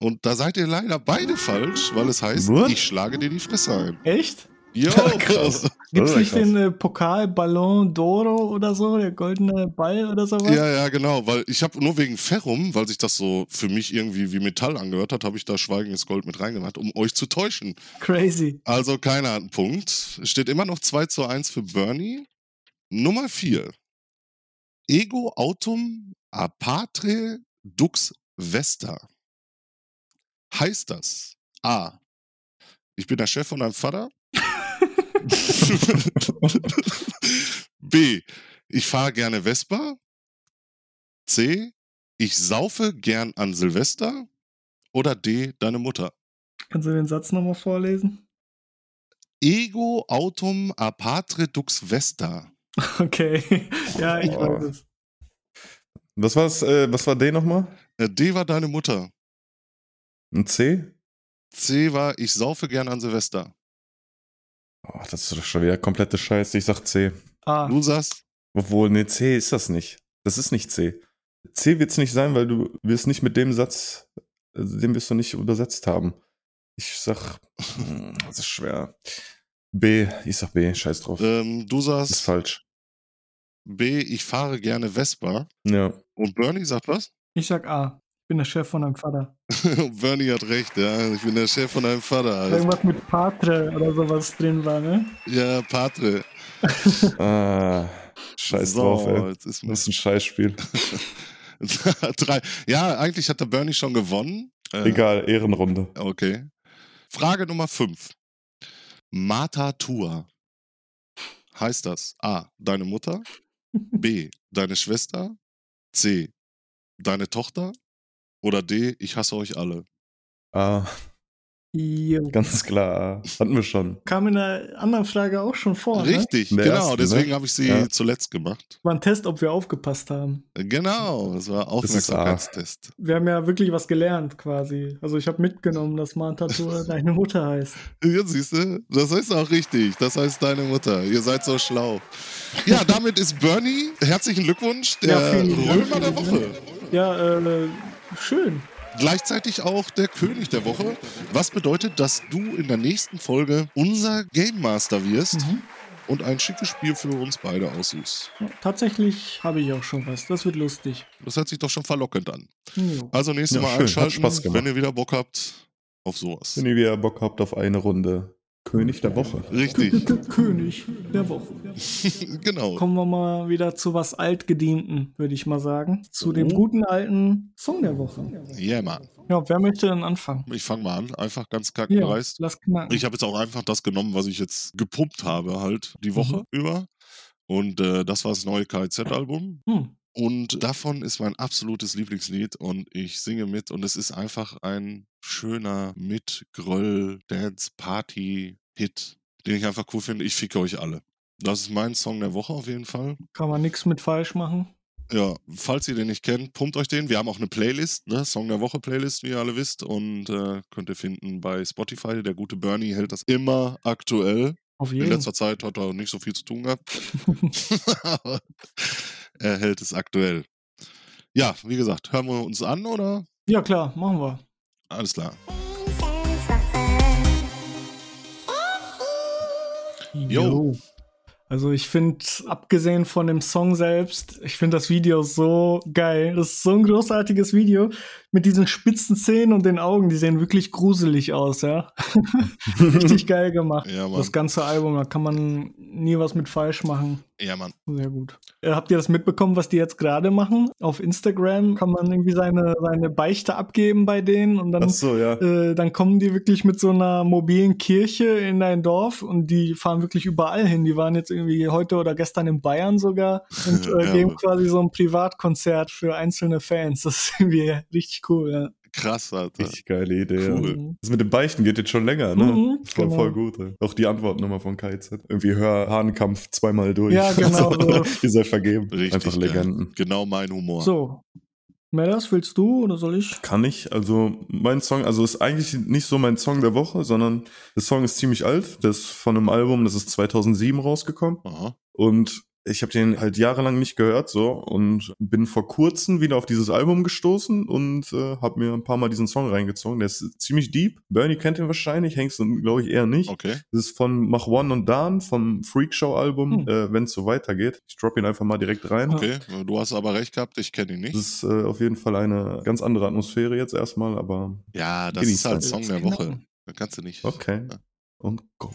Und da seid ihr leider beide falsch, weil es heißt,
What?
ich schlage dir die Fresse ein.
Echt?
Jo,
Krass.
Gibt es
Das ist
nicht
ja krass.
den äh, Pokal Ballon d'Oro oder so, der goldene Ball oder sowas?
Ja, ja, genau, weil ich habe nur wegen Ferrum, weil sich das so für mich irgendwie wie Metall angehört hat, habe ich da Schweigendes Gold mit reingemacht, um euch zu täuschen.
Crazy.
Also keiner hat einen Punkt. Es Steht immer noch 2 zu 1 für Bernie. Nummer 4. Ego autum apatre dux vesta. Heißt das A. Ich bin der Chef von deinem Vater. B. Ich fahre gerne Vespa. C. Ich saufe gern an Silvester. Oder D. Deine Mutter.
Kannst du den Satz nochmal vorlesen?
Ego autum apatre dux vesta.
Okay. ja, ich
Boah.
weiß es.
Was war's, äh, was war D nochmal?
Äh, D war deine Mutter.
Ein C?
C war ich saufe gern an Silvester.
Oh, das ist doch schon wieder komplette Scheiße. Ich sag C.
Ah,
Du sagst,
Obwohl, nee, C ist das nicht. Das ist nicht C. C wird's nicht sein, weil du wirst nicht mit dem Satz, also den wirst du nicht übersetzt haben. Ich sag, hm, das ist schwer. B, ich sag B, scheiß drauf.
ähm, du
Das ist
sagst
falsch.
B, ich fahre gerne Vespa.
Ja.
Und Bernie sagt was?
ich sag A. Ich bin der Chef von deinem Vater.
Bernie hat recht, ja. Ich bin der Chef von deinem Vater. Also,
Irgendwas mit Patre oder sowas drin war, ne?
ja, Patre.
Ah, scheiß drauf, ey.
Jetzt ist
Das
mein
ist ein Scheißspiel.
Drei. Ja, eigentlich hat der Bernie schon gewonnen. Äh,
Egal, Ehrenrunde.
Okay. Frage Nummer 5. Matatua. Heißt das A. Deine Mutter? B. Deine Schwester? C. Deine Tochter? Oder D. Ich hasse euch alle.
Ah,
Jo.
ganz klar. Hatten wir schon.
Kam in einer anderen Frage auch schon vor. Ne?
Richtig,
Der
genau.
erste,
deswegen
ne?
habe ich sie
Ja.
zuletzt gemacht.
War ein Test, ob wir aufgepasst haben.
Genau, das war
Das ist A.
Aufmerksamkeitstest.
Wir haben ja wirklich was gelernt quasi. Also ich habe mitgenommen, dass Matatua deine Mutter heißt.
Ja, siehst du, das ist auch richtig. Das heißt deine Mutter. Ihr seid so schlau. Ja, damit ist Bernie, herzlichen Glückwunsch, der
Ja, vielen Dank.
Römer der Woche.
Ja, äh, schön.
Gleichzeitig auch der König der Woche. Was bedeutet, dass du in der nächsten Folge unser Game Master
Mhm.
wirst und ein schickes Spiel für uns beide aussuchst.
Tatsächlich habe ich auch schon was. Das wird lustig.
Das hört sich doch schon verlockend an.
Jo.
Also nächstes
Ja,
Mal
schön. Hat
einschalten,
Spaß gemacht.
wenn ihr wieder Bock habt auf sowas.
Wenn ihr wieder Bock habt auf eine Runde König der Woche.
Richtig,
König der Woche.
genau.
Kommen wir mal wieder zu was Altgedienten, würde ich mal sagen. Zu dem guten alten Song der Woche.
Yeah, Mann.
Ja, wer möchte denn anfangen?
Ich fange mal an. Einfach ganz
Ja,
kackenreist.
lass knacken.
Ich habe jetzt auch einfach das genommen, was ich jetzt gepumpt habe, halt die Woche über. Und äh, das war das neue KIZ-Album.
Hm.
Und davon ist mein absolutes Lieblingslied und ich singe mit und es ist einfach ein schöner Mit-Gröll-Dance-Party-Hit, den ich einfach cool finde. Ich ficke euch alle. Das ist mein Song der Woche auf jeden Fall.
Kann man nichts mit falsch machen.
Ja, falls ihr den nicht kennt, pumpt euch den. Wir haben auch eine Playlist, ne? Song der Woche Playlist, wie ihr alle wisst. Und äh, könnt ihr finden bei Spotify. Der gute Bernie hält das immer aktuell.
Auf
In
jeden Fall.
letzter Zeit hat er nicht so viel zu tun gehabt. Aber er hält es aktuell. Ja, wie gesagt, hören wir uns an oder?
Ja, klar, machen wir.
Alles klar. Jo.
Also ich finde, abgesehen von dem Song selbst, ich finde das Video so geil. Das ist so ein großartiges Video mit diesen spitzen Zähnen und den Augen. Die sehen wirklich gruselig aus, ja. Richtig geil gemacht.
Ja, Mann.
Das ganze Album, da kann man nie was mit falsch machen.
Ja, Mann.
Sehr gut. Äh, Habt ihr das mitbekommen, was die jetzt gerade machen? Auf Instagram kann man irgendwie seine, seine Beichte abgeben bei denen und dann
Ach so, ja.
äh, dann kommen die wirklich mit so einer mobilen Kirche in dein Dorf und die fahren wirklich überall hin. Die waren jetzt irgendwie heute oder gestern in Bayern sogar und äh,
Ja,
geben
Mann.
quasi so ein Privatkonzert für einzelne Fans. Das ist irgendwie richtig cool. Ja.
Krass, Alter.
Richtig geile Idee, ja.
Cool.
Das mit dem Beichten geht jetzt schon länger, ne?
Mhm,
voll,
genau.
voll gut. Ey. Auch die Antwort nochmal von KZ. Irgendwie hör Hahnkampf zweimal durch.
Ja, genau so.
Ihr seid vergeben.
Richtig
Einfach
geil.
Legenden.
Genau mein Humor.
So. Melas, willst du oder soll ich?
Kann ich. Also mein Song, also ist eigentlich nicht so mein Song der Woche, sondern der Song ist ziemlich alt. Der ist von einem Album, das ist 2007 rausgekommen.
Aha.
Und ich habe den halt jahrelang nicht gehört so und bin vor kurzem wieder auf dieses Album gestoßen und äh, habe mir ein paar Mal diesen Song reingezogen. Der ist ziemlich deep. Bernie kennt ihn wahrscheinlich, Hengst glaube ich eher nicht.
Okay.
Das ist von Mach One und Dan vom Freakshow-Album,
Hm.
äh, wenn es so weitergeht. Ich drop ihn einfach mal direkt rein.
Okay. Du hast aber recht gehabt, ich kenne ihn
Das
nicht.
ist äh, auf jeden Fall eine ganz andere Atmosphäre jetzt erstmal, aber
Ja, das
Genieß
ist halt
das.
Song der Woche. Da kannst du nicht.
okay. Und go.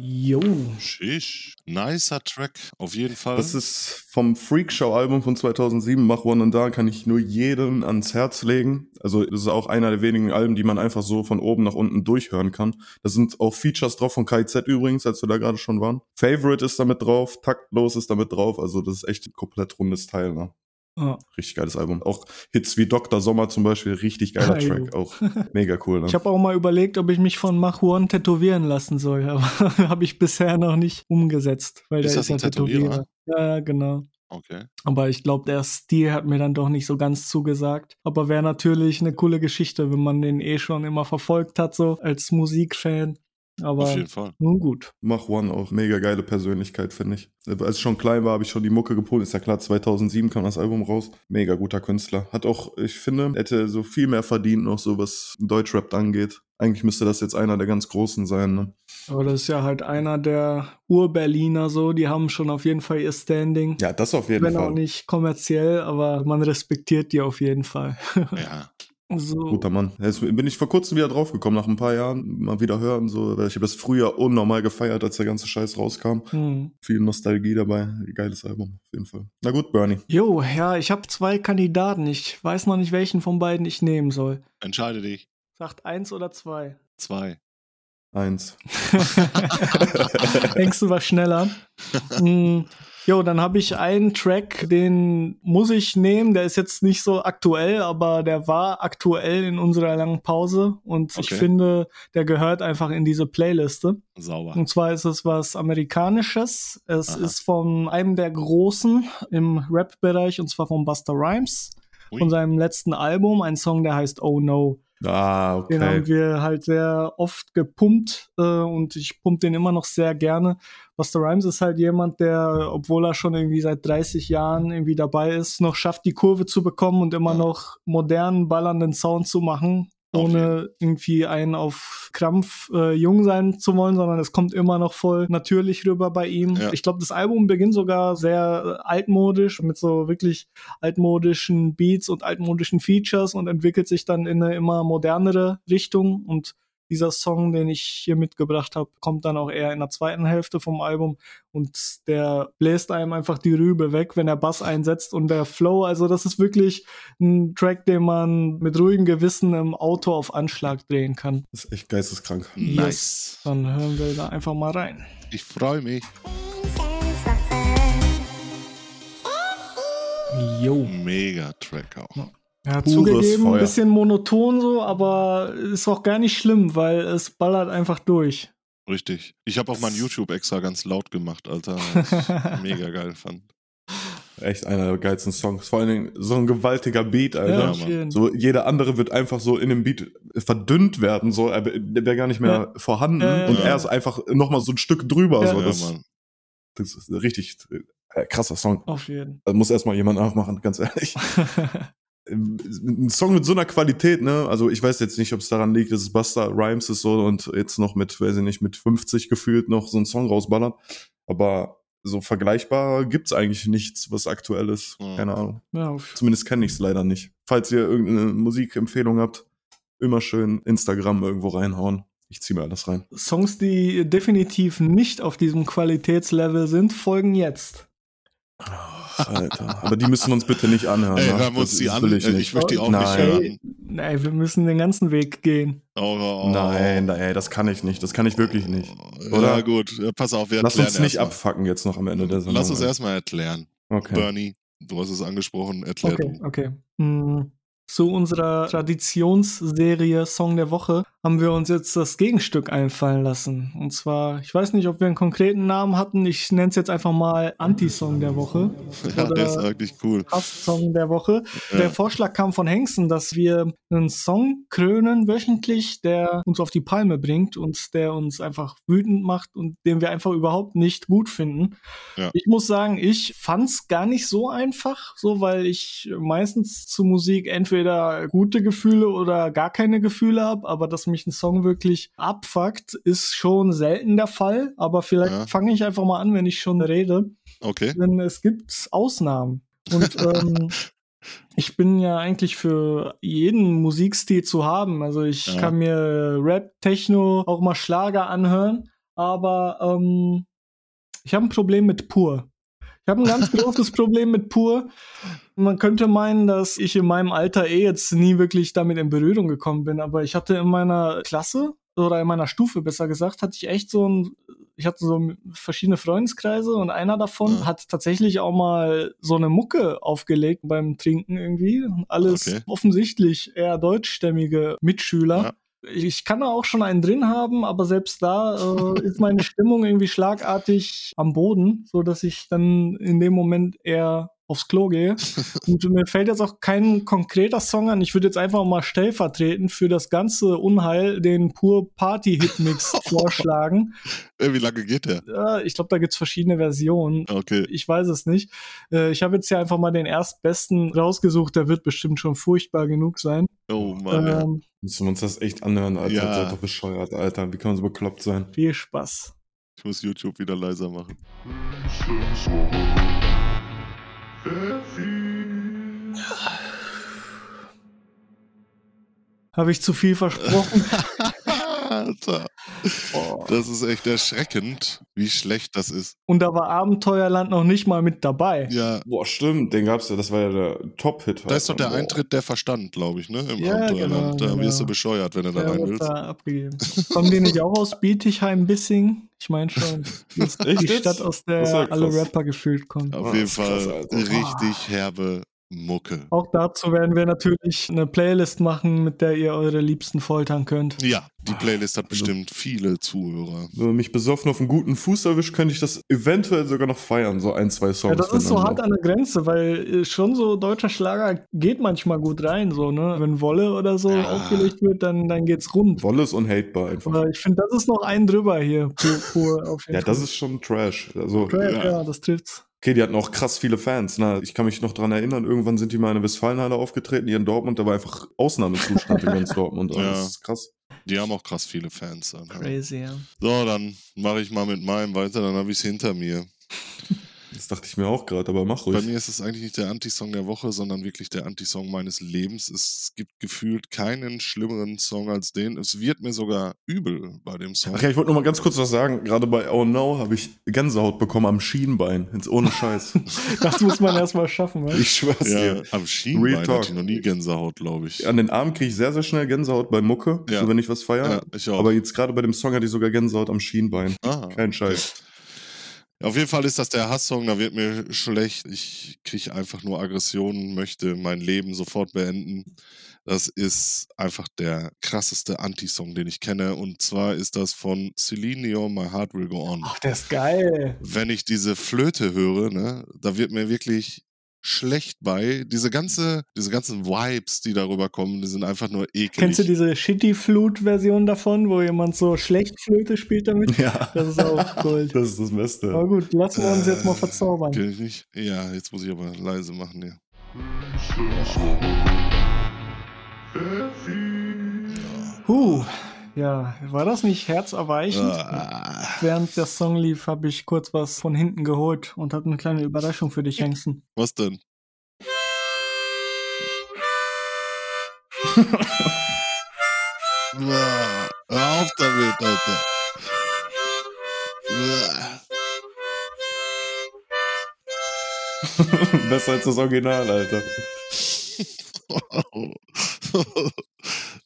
Jo.
Schisch. Nicer Track, auf jeden Fall.
Das ist vom Freakshow-Album von 2007, Mach One und Da, kann ich nur jedem ans Herz legen. Also das ist auch einer der wenigen Alben, die man einfach so von oben nach unten durchhören kann. Da sind auch Features drauf von KZ übrigens, als wir da gerade schon waren. Favorite ist damit drauf, Taktlos ist damit drauf. Also das ist echt ein komplett rundes Teil. Ne?
Ah,
Richtig geiles Album. Auch Hits wie Dr. Sommer zum Beispiel, richtig geiler
Hi,
Track.
du.
Auch mega cool. Ne?
Ich habe auch mal überlegt, ob ich mich von Machuan tätowieren lassen soll, aber habe ich bisher noch nicht umgesetzt, weil
Ist
der
das
ist ja
ein Tätowierer?
Tätowierer. Ja, genau.
okay.
Aber ich glaube, der Stil hat mir dann doch nicht so ganz zugesagt. Aber wäre natürlich eine coole Geschichte, wenn man den eh schon immer verfolgt hat, so als Musikfan.
Auf
Aber
jeden Fall.
nun gut.
Mach One auch mega geile Persönlichkeit, finde ich. Als ich schon klein war, habe ich schon die Mucke gepolt. Ist ja klar, 2007 kam das Album raus. Mega guter Künstler. Hat auch, ich finde, hätte so viel mehr verdient, noch so was Deutschrap angeht. Eigentlich müsste das jetzt einer der ganz Großen sein. Ne?
Aber das ist ja halt einer der Ur-Berliner so, die haben schon auf jeden Fall ihr Standing.
Ja, das auf jeden
Wenn auch
Fall.
nicht kommerziell, aber man respektiert die auf jeden Fall.
Ja.
So.
Guter Mann. Jetzt bin ich vor kurzem wieder draufgekommen, nach ein paar Jahren mal wieder hören. So, weil ich habe das früher unnormal gefeiert, als der ganze Scheiß rauskam.
Hm.
Viel Nostalgie dabei. Geiles Album, auf jeden Fall. Na gut, Bernie.
Jo, ja, ich habe zwei Kandidaten. Ich weiß noch nicht, welchen von beiden ich nehmen soll.
Entscheide dich.
Sagt eins oder zwei.
Zwei.
Eins.
Denkst du was schneller? mm, jo, dann habe ich einen Track, den muss ich nehmen. Der ist jetzt nicht so aktuell, aber der war aktuell in unserer langen Pause. Und ich
Okay.
finde, der gehört einfach in diese Playliste.
Sauber.
Und zwar ist es was Amerikanisches. Es
Aha.
ist von einem der Großen im Rap-Bereich, und zwar von Buster Rhymes.
Ui.
Von seinem letzten Album, ein Song, der heißt Oh No.
Ah,
Den
okay.
haben wir halt sehr oft gepumpt äh, und ich pump den immer noch sehr gerne. Buster Rhymes ist halt jemand, der, obwohl er schon irgendwie seit 30 Jahren irgendwie dabei ist, noch schafft, die Kurve zu bekommen und immer
Ja.
noch modernen, ballernden Sound zu machen,
Auf
ohne irgendwie einen auf Krampf äh, jung sein zu wollen, sondern es kommt immer noch voll natürlich rüber bei ihm.
Ja.
Ich glaube, das Album beginnt sogar sehr äh, altmodisch mit so wirklich altmodischen Beats und altmodischen Features und entwickelt sich dann in eine immer modernere Richtung und dieser Song, den ich hier mitgebracht habe, kommt dann auch eher in der zweiten Hälfte vom Album und der bläst einem einfach die Rübe weg, wenn der Bass einsetzt und der Flow. Also das ist wirklich ein Track, den man mit ruhigem Gewissen im Auto auf Anschlag drehen kann.
Das ist echt geisteskrank.
Nice.
Dann hören wir da einfach mal rein.
Ich freue mich.
Jo.
Mega Track auch.
Ja,
Pures
zugegeben,
Feuer.
ein bisschen monoton so, aber ist auch gar nicht schlimm, weil es ballert einfach durch.
Richtig. Ich habe auch mein YouTube extra ganz laut gemacht, Alter. weil ich's Mega geil fand.
Echt einer der geilsten Songs. Vor allen Dingen so ein gewaltiger Beat, Alter.
Ja, Mann.
schön.
So, jeder andere wird einfach so in dem Beat verdünnt werden, so, er der wäre gar nicht mehr vorhanden
Ja, ja,
und
ja.
er ist einfach nochmal so ein Stück drüber.
Ja.
So,
ja,
das,
Mann.
das ist richtig äh, krasser Song.
Auf jeden.
Da muss erstmal jemand nachmachen, ganz ehrlich. Ähm, ein Song mit so einer Qualität, ne? Also ich weiß jetzt nicht, ob es daran liegt, dass es Buster Rhymes ist so und jetzt noch mit, weiß ich nicht, mit 50 gefühlt noch so einen Song rausballert. Aber so vergleichbar gibt's eigentlich nichts, was aktuell ist.
Ja.
Keine Ahnung.
ja, auf
Zumindest kenne ich's leider nicht. Falls ihr irgendeine Musikempfehlung habt, immer schön Instagram irgendwo reinhauen. Ich zieh mir alles rein.
Songs, die definitiv nicht auf diesem Qualitätslevel sind, folgen jetzt.
Alter. Aber die müssen wir uns bitte nicht anhören.
Oh. Ey,
ne?
hören wir uns
Das-
die
das
an?
will Ich,
Ey,
nicht.
ich möchte die auch
Nein.
nicht hören.
Ey, nee, wir müssen den ganzen Weg gehen.
Oh, oh, oh.
Nein, nein, das kann ich nicht. Das kann ich wirklich nicht.
Oder? Ja,
Oder?
gut. Ja, Pass auf, wir
Lass
erklären
uns nicht
erst mal.
abfacken jetzt noch am Ende der Sendung.
Lass uns erstmal erklären.
Okay.
Bernie, du hast es angesprochen, erklär
Okay,
du.
okay. Mm, Zu unserer Traditionsserie Song der Woche haben wir uns jetzt das Gegenstück einfallen lassen. Und zwar, ich weiß nicht, ob wir einen konkreten Namen hatten. Ich nenne es jetzt einfach mal Anti-Song der Woche.
Ja, der ist
Oder
eigentlich cool.
Hass-Song der Woche. Der
Ja.
Vorschlag kam von Hengsten, dass wir einen Song krönen wöchentlich, der uns auf die Palme bringt und der uns einfach wütend macht und den wir einfach überhaupt nicht gut finden.
Ja.
Ich muss sagen, ich fand's gar nicht so einfach, so weil ich meistens zu Musik entweder gute Gefühle oder gar keine Gefühle habe, aber dass mich ein Song wirklich abfuckt, ist schon selten der Fall. Aber vielleicht
Ja.
fange ich einfach mal an, wenn ich schon rede
Okay.
denn es gibt Ausnahmen. Und ähm, ich bin ja eigentlich für jeden Musikstil zu haben. Also ich
Ja.
kann mir Rap, Techno, auch mal Schlager anhören, aber ähm, ich habe ein Problem mit Pur. Ich habe ein ganz großes Problem mit Pur. Man könnte meinen, dass ich in meinem Alter eh jetzt nie wirklich damit in Berührung gekommen bin, aber ich hatte in meiner Klasse oder in meiner Stufe besser gesagt, hatte ich echt so ein ich hatte so verschiedene Freundeskreise und einer davon
Ja.
hat tatsächlich auch mal so eine Mucke aufgelegt beim Trinken irgendwie. Alles
Okay.
offensichtlich eher deutschstämmige Mitschüler. Ich kann da auch schon einen drin haben, aber selbst da äh, ist meine Stimmung irgendwie schlagartig am Boden, so dass ich dann in dem Moment eher aufs Klo gehe. Und mir fällt jetzt auch kein konkreter Song an. Ich würde jetzt einfach mal stellvertretend für das ganze Unheil den pur Party-Hitmix vorschlagen.
Ey, Äh, wie lange geht der?
Ja, ich glaube, da gibt's verschiedene Versionen.
Okay.
Ich weiß es nicht. Äh, Ich habe jetzt hier einfach mal den erstbesten rausgesucht. Der wird bestimmt schon furchtbar genug sein.
Oh Mann. ja.
ähm,
Müssen wir uns das echt anhören, Alter.
Ja.
Seid doch bescheuert, Alter. Wie kann man so bekloppt sein?
viel Spaß.
Ich muss YouTube wieder leiser machen.
Habe ich zu viel versprochen?
Alter.
Boah.
Das ist echt erschreckend, wie schlecht das ist.
Und da war Abenteuerland noch nicht mal mit dabei.
Ja,
Boah, stimmt, den gab's ja, das war ja der Top-Hit.
da ist doch der
Boah.
Eintritt der Verstand, glaube ich, ne? Im
Ja,
Abenteuerland.
genau,
da
genau.
wirst du bescheuert, wenn du da
Der
rein
wird
willst.
da abgegeben. Kommen die nicht auch aus Bietigheim, Bissing? Ich meine schon. Die, ist
Echt
die
jetzt?
Stadt, aus
Das war
der alle
krass.
Rapper gefühlt kommen.
Auf
Ah,
jeden
ist krass,
Fall
Alter.
richtig herbe Mucke.
Auch dazu werden wir natürlich eine Playlist machen, mit der ihr eure Liebsten foltern könnt.
Ja, die Playlist hat bestimmt viele Zuhörer.
Wenn man mich besoffen auf einen guten Fuß erwischt, könnte ich das eventuell sogar noch feiern, so ein, zwei Songs.
Ja, das ist so hart
miteinander.
an der Grenze, weil äh, schon so deutscher Schlager geht manchmal gut rein, so, ne? Wenn Wolle oder so
Ja.
aufgelegt wird, dann, dann geht's rund.
Wolle ist unhatebar einfach.
Aber ich finde, das ist noch ein drüber hier. Pur, pur auf jeden
Ja, das
Fall.
ist schon Trash. Also,
Trash,
ja.
ja, das trifft's.
Okay, die hatten auch krass viele Fans. Na, ich kann mich noch dran erinnern, irgendwann sind die mal in der Westfalenhalle aufgetreten, hier in Dortmund, da war einfach Ausnahmezustand in ganz Dortmund. Also,
Ja.
Das ist krass.
Die haben auch krass viele Fans. Dann, ja.
Crazy, ja.
So, dann mache ich mal mit meinem weiter, dann habe ich es hinter mir.
Das dachte ich mir auch gerade, aber mach
Bei
ruhig.
mir ist es eigentlich nicht der Anti-Song der Woche, sondern wirklich der Anti-Song meines Lebens. Es gibt gefühlt keinen schlimmeren Song als den. Es wird mir sogar übel bei dem Song.
Ach ja, ich wollte noch mal ganz kurz was sagen. Gerade bei Oh No habe ich Gänsehaut bekommen am Schienbein. Jetzt ohne Scheiß.
Das muss man erstmal schaffen, ne?
ich schwör's
Ja,
dir.
am Schienbein
Real Talk.
hatte ich noch nie Gänsehaut, glaube ich. Ja,
An den Armen kriege ich sehr, sehr schnell Gänsehaut bei Mucke,
Ja.
so wenn ich was feiere.
ich auch.
Aber jetzt gerade bei dem Song hatte ich sogar Gänsehaut am Schienbein.
Ah.
Kein Scheiß.
Auf jeden Fall ist das der Hasssong, da wird mir schlecht. Ich kriege einfach nur Aggressionen, möchte mein Leben sofort beenden. Das ist einfach der krasseste Anti-Song, den ich kenne. Und zwar ist das von Celine Dion, My Heart Will Go On.
Ach, der ist geil.
wenn ich diese Flöte höre, ne, da wird mir wirklich schlecht bei. Diese ganze, diese ganzen Vibes, die darüber kommen, die sind einfach nur eklig.
Kennst du diese Shitty Flute-Version davon, wo jemand so schlecht Flöte spielt damit?
Ja.
Das ist auch Gold.
Das ist das Beste.
Aber gut, lassen wir uns jetzt mal verzaubern.
Kenn ich nicht? Ja, jetzt muss ich aber leise machen, ja.
Huh, ja, war das nicht herzerweichend?
Ah.
Während der Song lief, habe ich kurz was von hinten geholt und habe eine kleine Überraschung für dich, Hengsten.
Was denn? Ah, Hör auf damit, Alter. Ah.
Besser als das Original, Alter.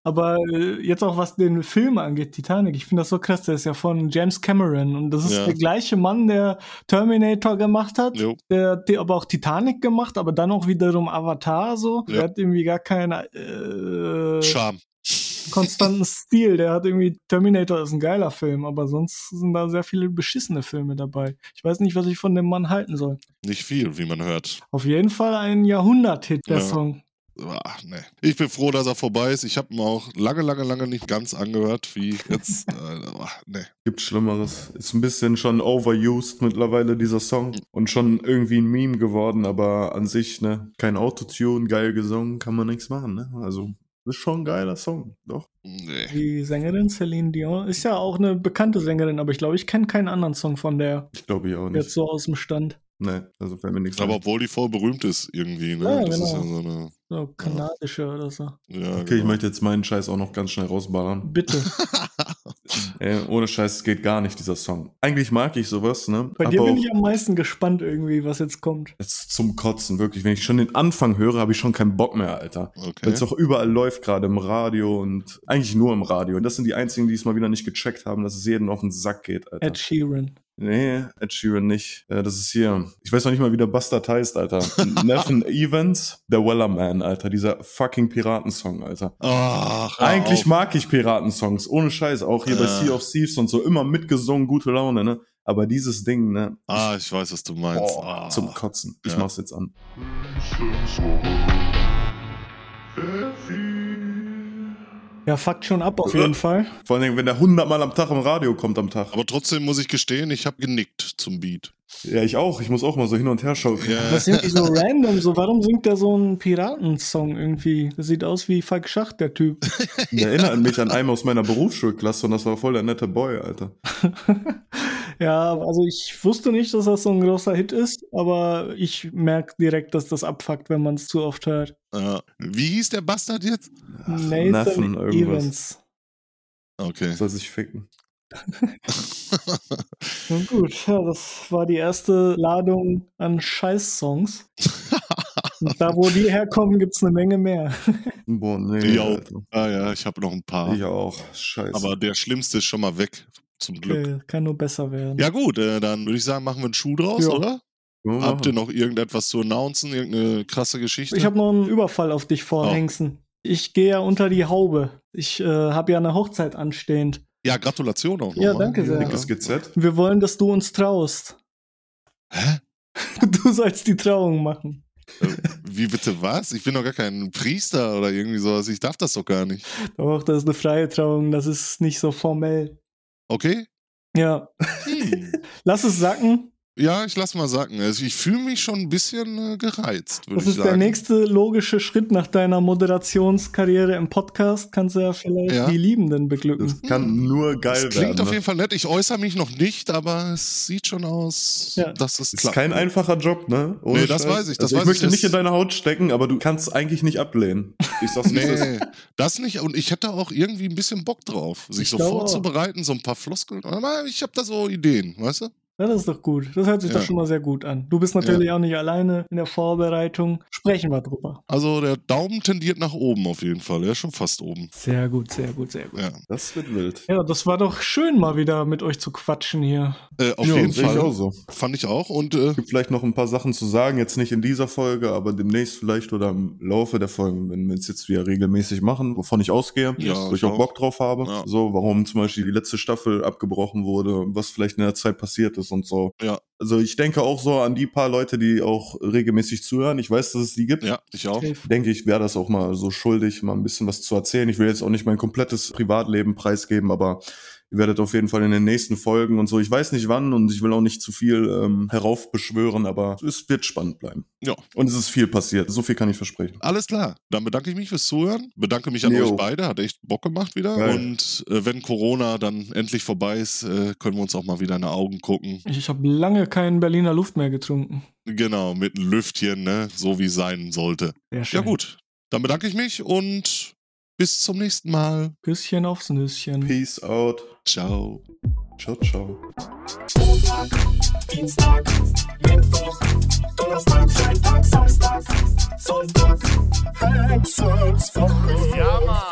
Aber äh, jetzt auch was den Film angeht, Titanic, ich finde das so krass, der ist ja von James Cameron und das ist
Ja.
der gleiche Mann, der Terminator gemacht hat,
Jo.
der hat die- aber auch Titanic gemacht, aber dann auch wiederum Avatar so.
Ja.
Der hat irgendwie gar keinen äh,
Charme.
konstanten Stil, der hat irgendwie Terminator ist ein geiler Film, aber sonst sind da sehr viele beschissene Filme dabei. Ich weiß nicht, was ich von dem Mann halten soll.
Nicht viel, wie man hört.
Auf jeden Fall ein Jahrhundert-Hit, der
Ja.
Song.
Ah, nee. Ich bin froh, dass er vorbei ist. Ich habe ihn auch lange, lange, lange nicht ganz angehört, wie jetzt. äh, ah, nee.
Gibt Schlimmeres. Ist ein bisschen schon overused mittlerweile, dieser Song. Und schon irgendwie ein Meme geworden, aber an sich, ne? Kein Autotune, geil gesungen, kann man nichts machen, ne? Also, ist schon ein geiler Song, doch.
Nee.
Die Sängerin Celine Dion ist ja auch eine bekannte Sängerin, aber ich glaube, ich kenne keinen anderen Song von der
Ich glaube ich auch nicht.
jetzt so aus dem Stand.
Nee, also fällt mir nichts
Aber
ein.
obwohl die voll berühmt ist, irgendwie. Ne?
Ja,
das ist ja
genau.
so eine.
So kanadische oder so.
Ja,
Okay, ich
genau.
möchte jetzt meinen Scheiß auch noch ganz schnell rausballern.
Bitte.
Ey, ohne Scheiß, es geht gar nicht, dieser Song. Eigentlich mag ich sowas, ne?
Bei dir
Aber
bin
auch-
ich am meisten gespannt irgendwie, was jetzt kommt.
es ist zum Kotzen, wirklich. Wenn ich schon den Anfang höre, habe ich schon keinen Bock mehr, Alter.
Okay.
Weil es auch überall läuft, gerade im Radio und eigentlich nur im Radio. Und das sind die einzigen, die es mal wieder nicht gecheckt haben, dass es jedem auf den Sack geht, Alter.
Ed Sheeran.
nee, Ed Sheeran nicht. Äh, das ist hier. Ich weiß noch nicht mal, wie der Bastard heißt, Alter. Neffen Evans, der Wellerman, Alter. Dieser fucking Piratensong, Alter.
Ach, hör
Eigentlich
auf.
mag ich Piratensongs, ohne Scheiß, auch hier bei
Äh.
Sea of Thieves und so, immer mitgesungen, gute Laune, ne? Aber dieses Ding, ne?
Ah, ich weiß, was du meinst.
Boah,
ah.
zum Kotzen. Ich
Ja.
mach's jetzt an.
Ja, fuckt schon ab auf jeden Fall.
Vor allem, wenn der hundertmal am Tag im Radio kommt am Tag.
Aber trotzdem muss ich gestehen, ich habe genickt zum Beat.
Ja, ich auch. Ich muss auch mal so hin und her schauen.
Ja.
Das sind die so random, so warum singt der so einen Piratensong irgendwie? Das sieht aus wie Falk Schacht, der Typ.
Der erinnert mich an einen aus meiner Berufsschulklasse und das war voll der nette Boy, Alter.
Ja, also ich wusste nicht, dass das so ein großer Hit ist, aber ich merke direkt, dass das abfuckt, wenn man es zu oft hört.
Äh, wie hieß der Bastard jetzt?
Nathan irgendwas.
Evans.
Okay.
Soll sich ficken.
Nun gut, ja, das war die erste Ladung an Scheiß-Songs. Und da, wo die herkommen, gibt es eine Menge mehr.
Boah, nee.
Jo.
Alter.
ah ja, ich habe noch ein paar.
Ich auch. Scheiße.
Aber der Schlimmste ist schon mal weg. Zum Glück.
Okay, Äh, kann nur besser werden.
Ja gut, äh, dann würde ich sagen, machen wir einen Schuh draus,
Ja.
oder?
Können wir
Habt ihr
machen.
noch irgendetwas zu announcen? Irgendeine krasse Geschichte?
Ich habe noch einen Überfall auf dich vor,
Oh.
Hengsten. Ich gehe ja unter die Haube. Ich äh, habe ja eine Hochzeit anstehend.
ja, Gratulation auch nochmal.
Ja, danke sehr.
Dickes GZ?
Wir wollen, dass du uns traust.
Hä?
Du sollst die Trauung machen.
Wie bitte was? Ich bin doch gar kein Priester oder irgendwie sowas. Ich darf das doch gar nicht.
Doch, das ist eine freie Trauung, das ist nicht so formell.
Okay?
Ja,
Hm.
lass es sacken.
Ja, ich lass mal sacken. Also ich fühle mich schon ein bisschen äh, gereizt, würde
Das
ich
ist
sagen.
der nächste logische Schritt nach deiner Moderationskarriere im Podcast. Kannst du ja vielleicht
Ja.
die Liebenden beglücken.
Das kann nur geil
Das klingt
werden.
auf
ne?
jeden Fall nett. Ich äußere mich noch nicht, aber es sieht schon aus,
Ja.
dass es
Ist
klappt.
kein einfacher Job, ne? Ohne
Nee, das
Scheiß.
weiß ich, das
Also
weiß
ich möchte
ich,
nicht
das-
in deine Haut stecken, aber du kannst eigentlich nicht ablehnen. Ich sag's nicht.
Nee, das nicht. Und ich hätte auch irgendwie ein bisschen Bock drauf, sich
Ich
so
glaube auch.
vorzubereiten, so ein paar Floskeln. Aber ich habe da so Ideen, weißt du?
Ja, das ist doch gut. Das hört sich
Ja.
doch schon mal sehr gut an. Du bist natürlich auch nicht alleine in der Vorbereitung. Sprechen wir drüber.
Also der Daumen tendiert nach oben auf jeden Fall. Er ist schon fast oben.
Sehr gut, sehr gut, sehr gut.
Ja,
Das wird wild.
Ja, das war doch schön, mal wieder mit euch zu quatschen hier.
äh, auf
Ja,
jeden
sehe
Fall.
Ich auch so.
Fand ich auch. Und äh,
gibt vielleicht noch ein paar Sachen zu sagen, jetzt nicht in dieser Folge, aber demnächst vielleicht oder im Laufe der Folgen, wenn wir es jetzt wieder regelmäßig machen, wovon ich ausgehe,
Ja,
wo
ich
ich auch
auch.
Bock drauf habe.
Ja.
So, warum zum Beispiel die letzte Staffel abgebrochen wurde, was vielleicht in der Zeit passiert ist und so.
Ja.
Also ich denke auch so an die paar Leute, die auch regelmäßig zuhören. Ich weiß, dass es die gibt.
ja, ich auch.
Safe.
Denke ich, wäre das auch mal so schuldig, mal ein bisschen was zu erzählen. Ich will jetzt auch nicht mein komplettes Privatleben preisgeben, aber ihr werdet auf jeden Fall in den nächsten Folgen und so. Ich weiß nicht wann und ich will auch nicht zu viel ähm, heraufbeschwören, aber es wird spannend bleiben.
Ja.
Und es ist viel passiert. So viel kann ich versprechen.
Alles klar. Dann bedanke ich mich fürs Zuhören. Bedanke mich an
Jo.
euch beide. Hat echt Bock gemacht wieder.
Geil.
Und äh, wenn Corona dann endlich vorbei ist, äh, können wir uns auch mal wieder in die Augen gucken.
Ich habe lange keinen Berliner Luft mehr getrunken.
Genau, mit einem Lüftchen, ne? so wie es sein sollte.
Sehr schön.
Ja gut, dann bedanke ich mich und bis zum nächsten Mal.
Küsschen aufs Nüsschen.
Peace out.
Ciao.
Ciao, ciao.
Montag, Dienstag, Mittwoch, Donnerstag, Freitag, Samstag, Sonntag, Hexenswoche. Ja, Mann.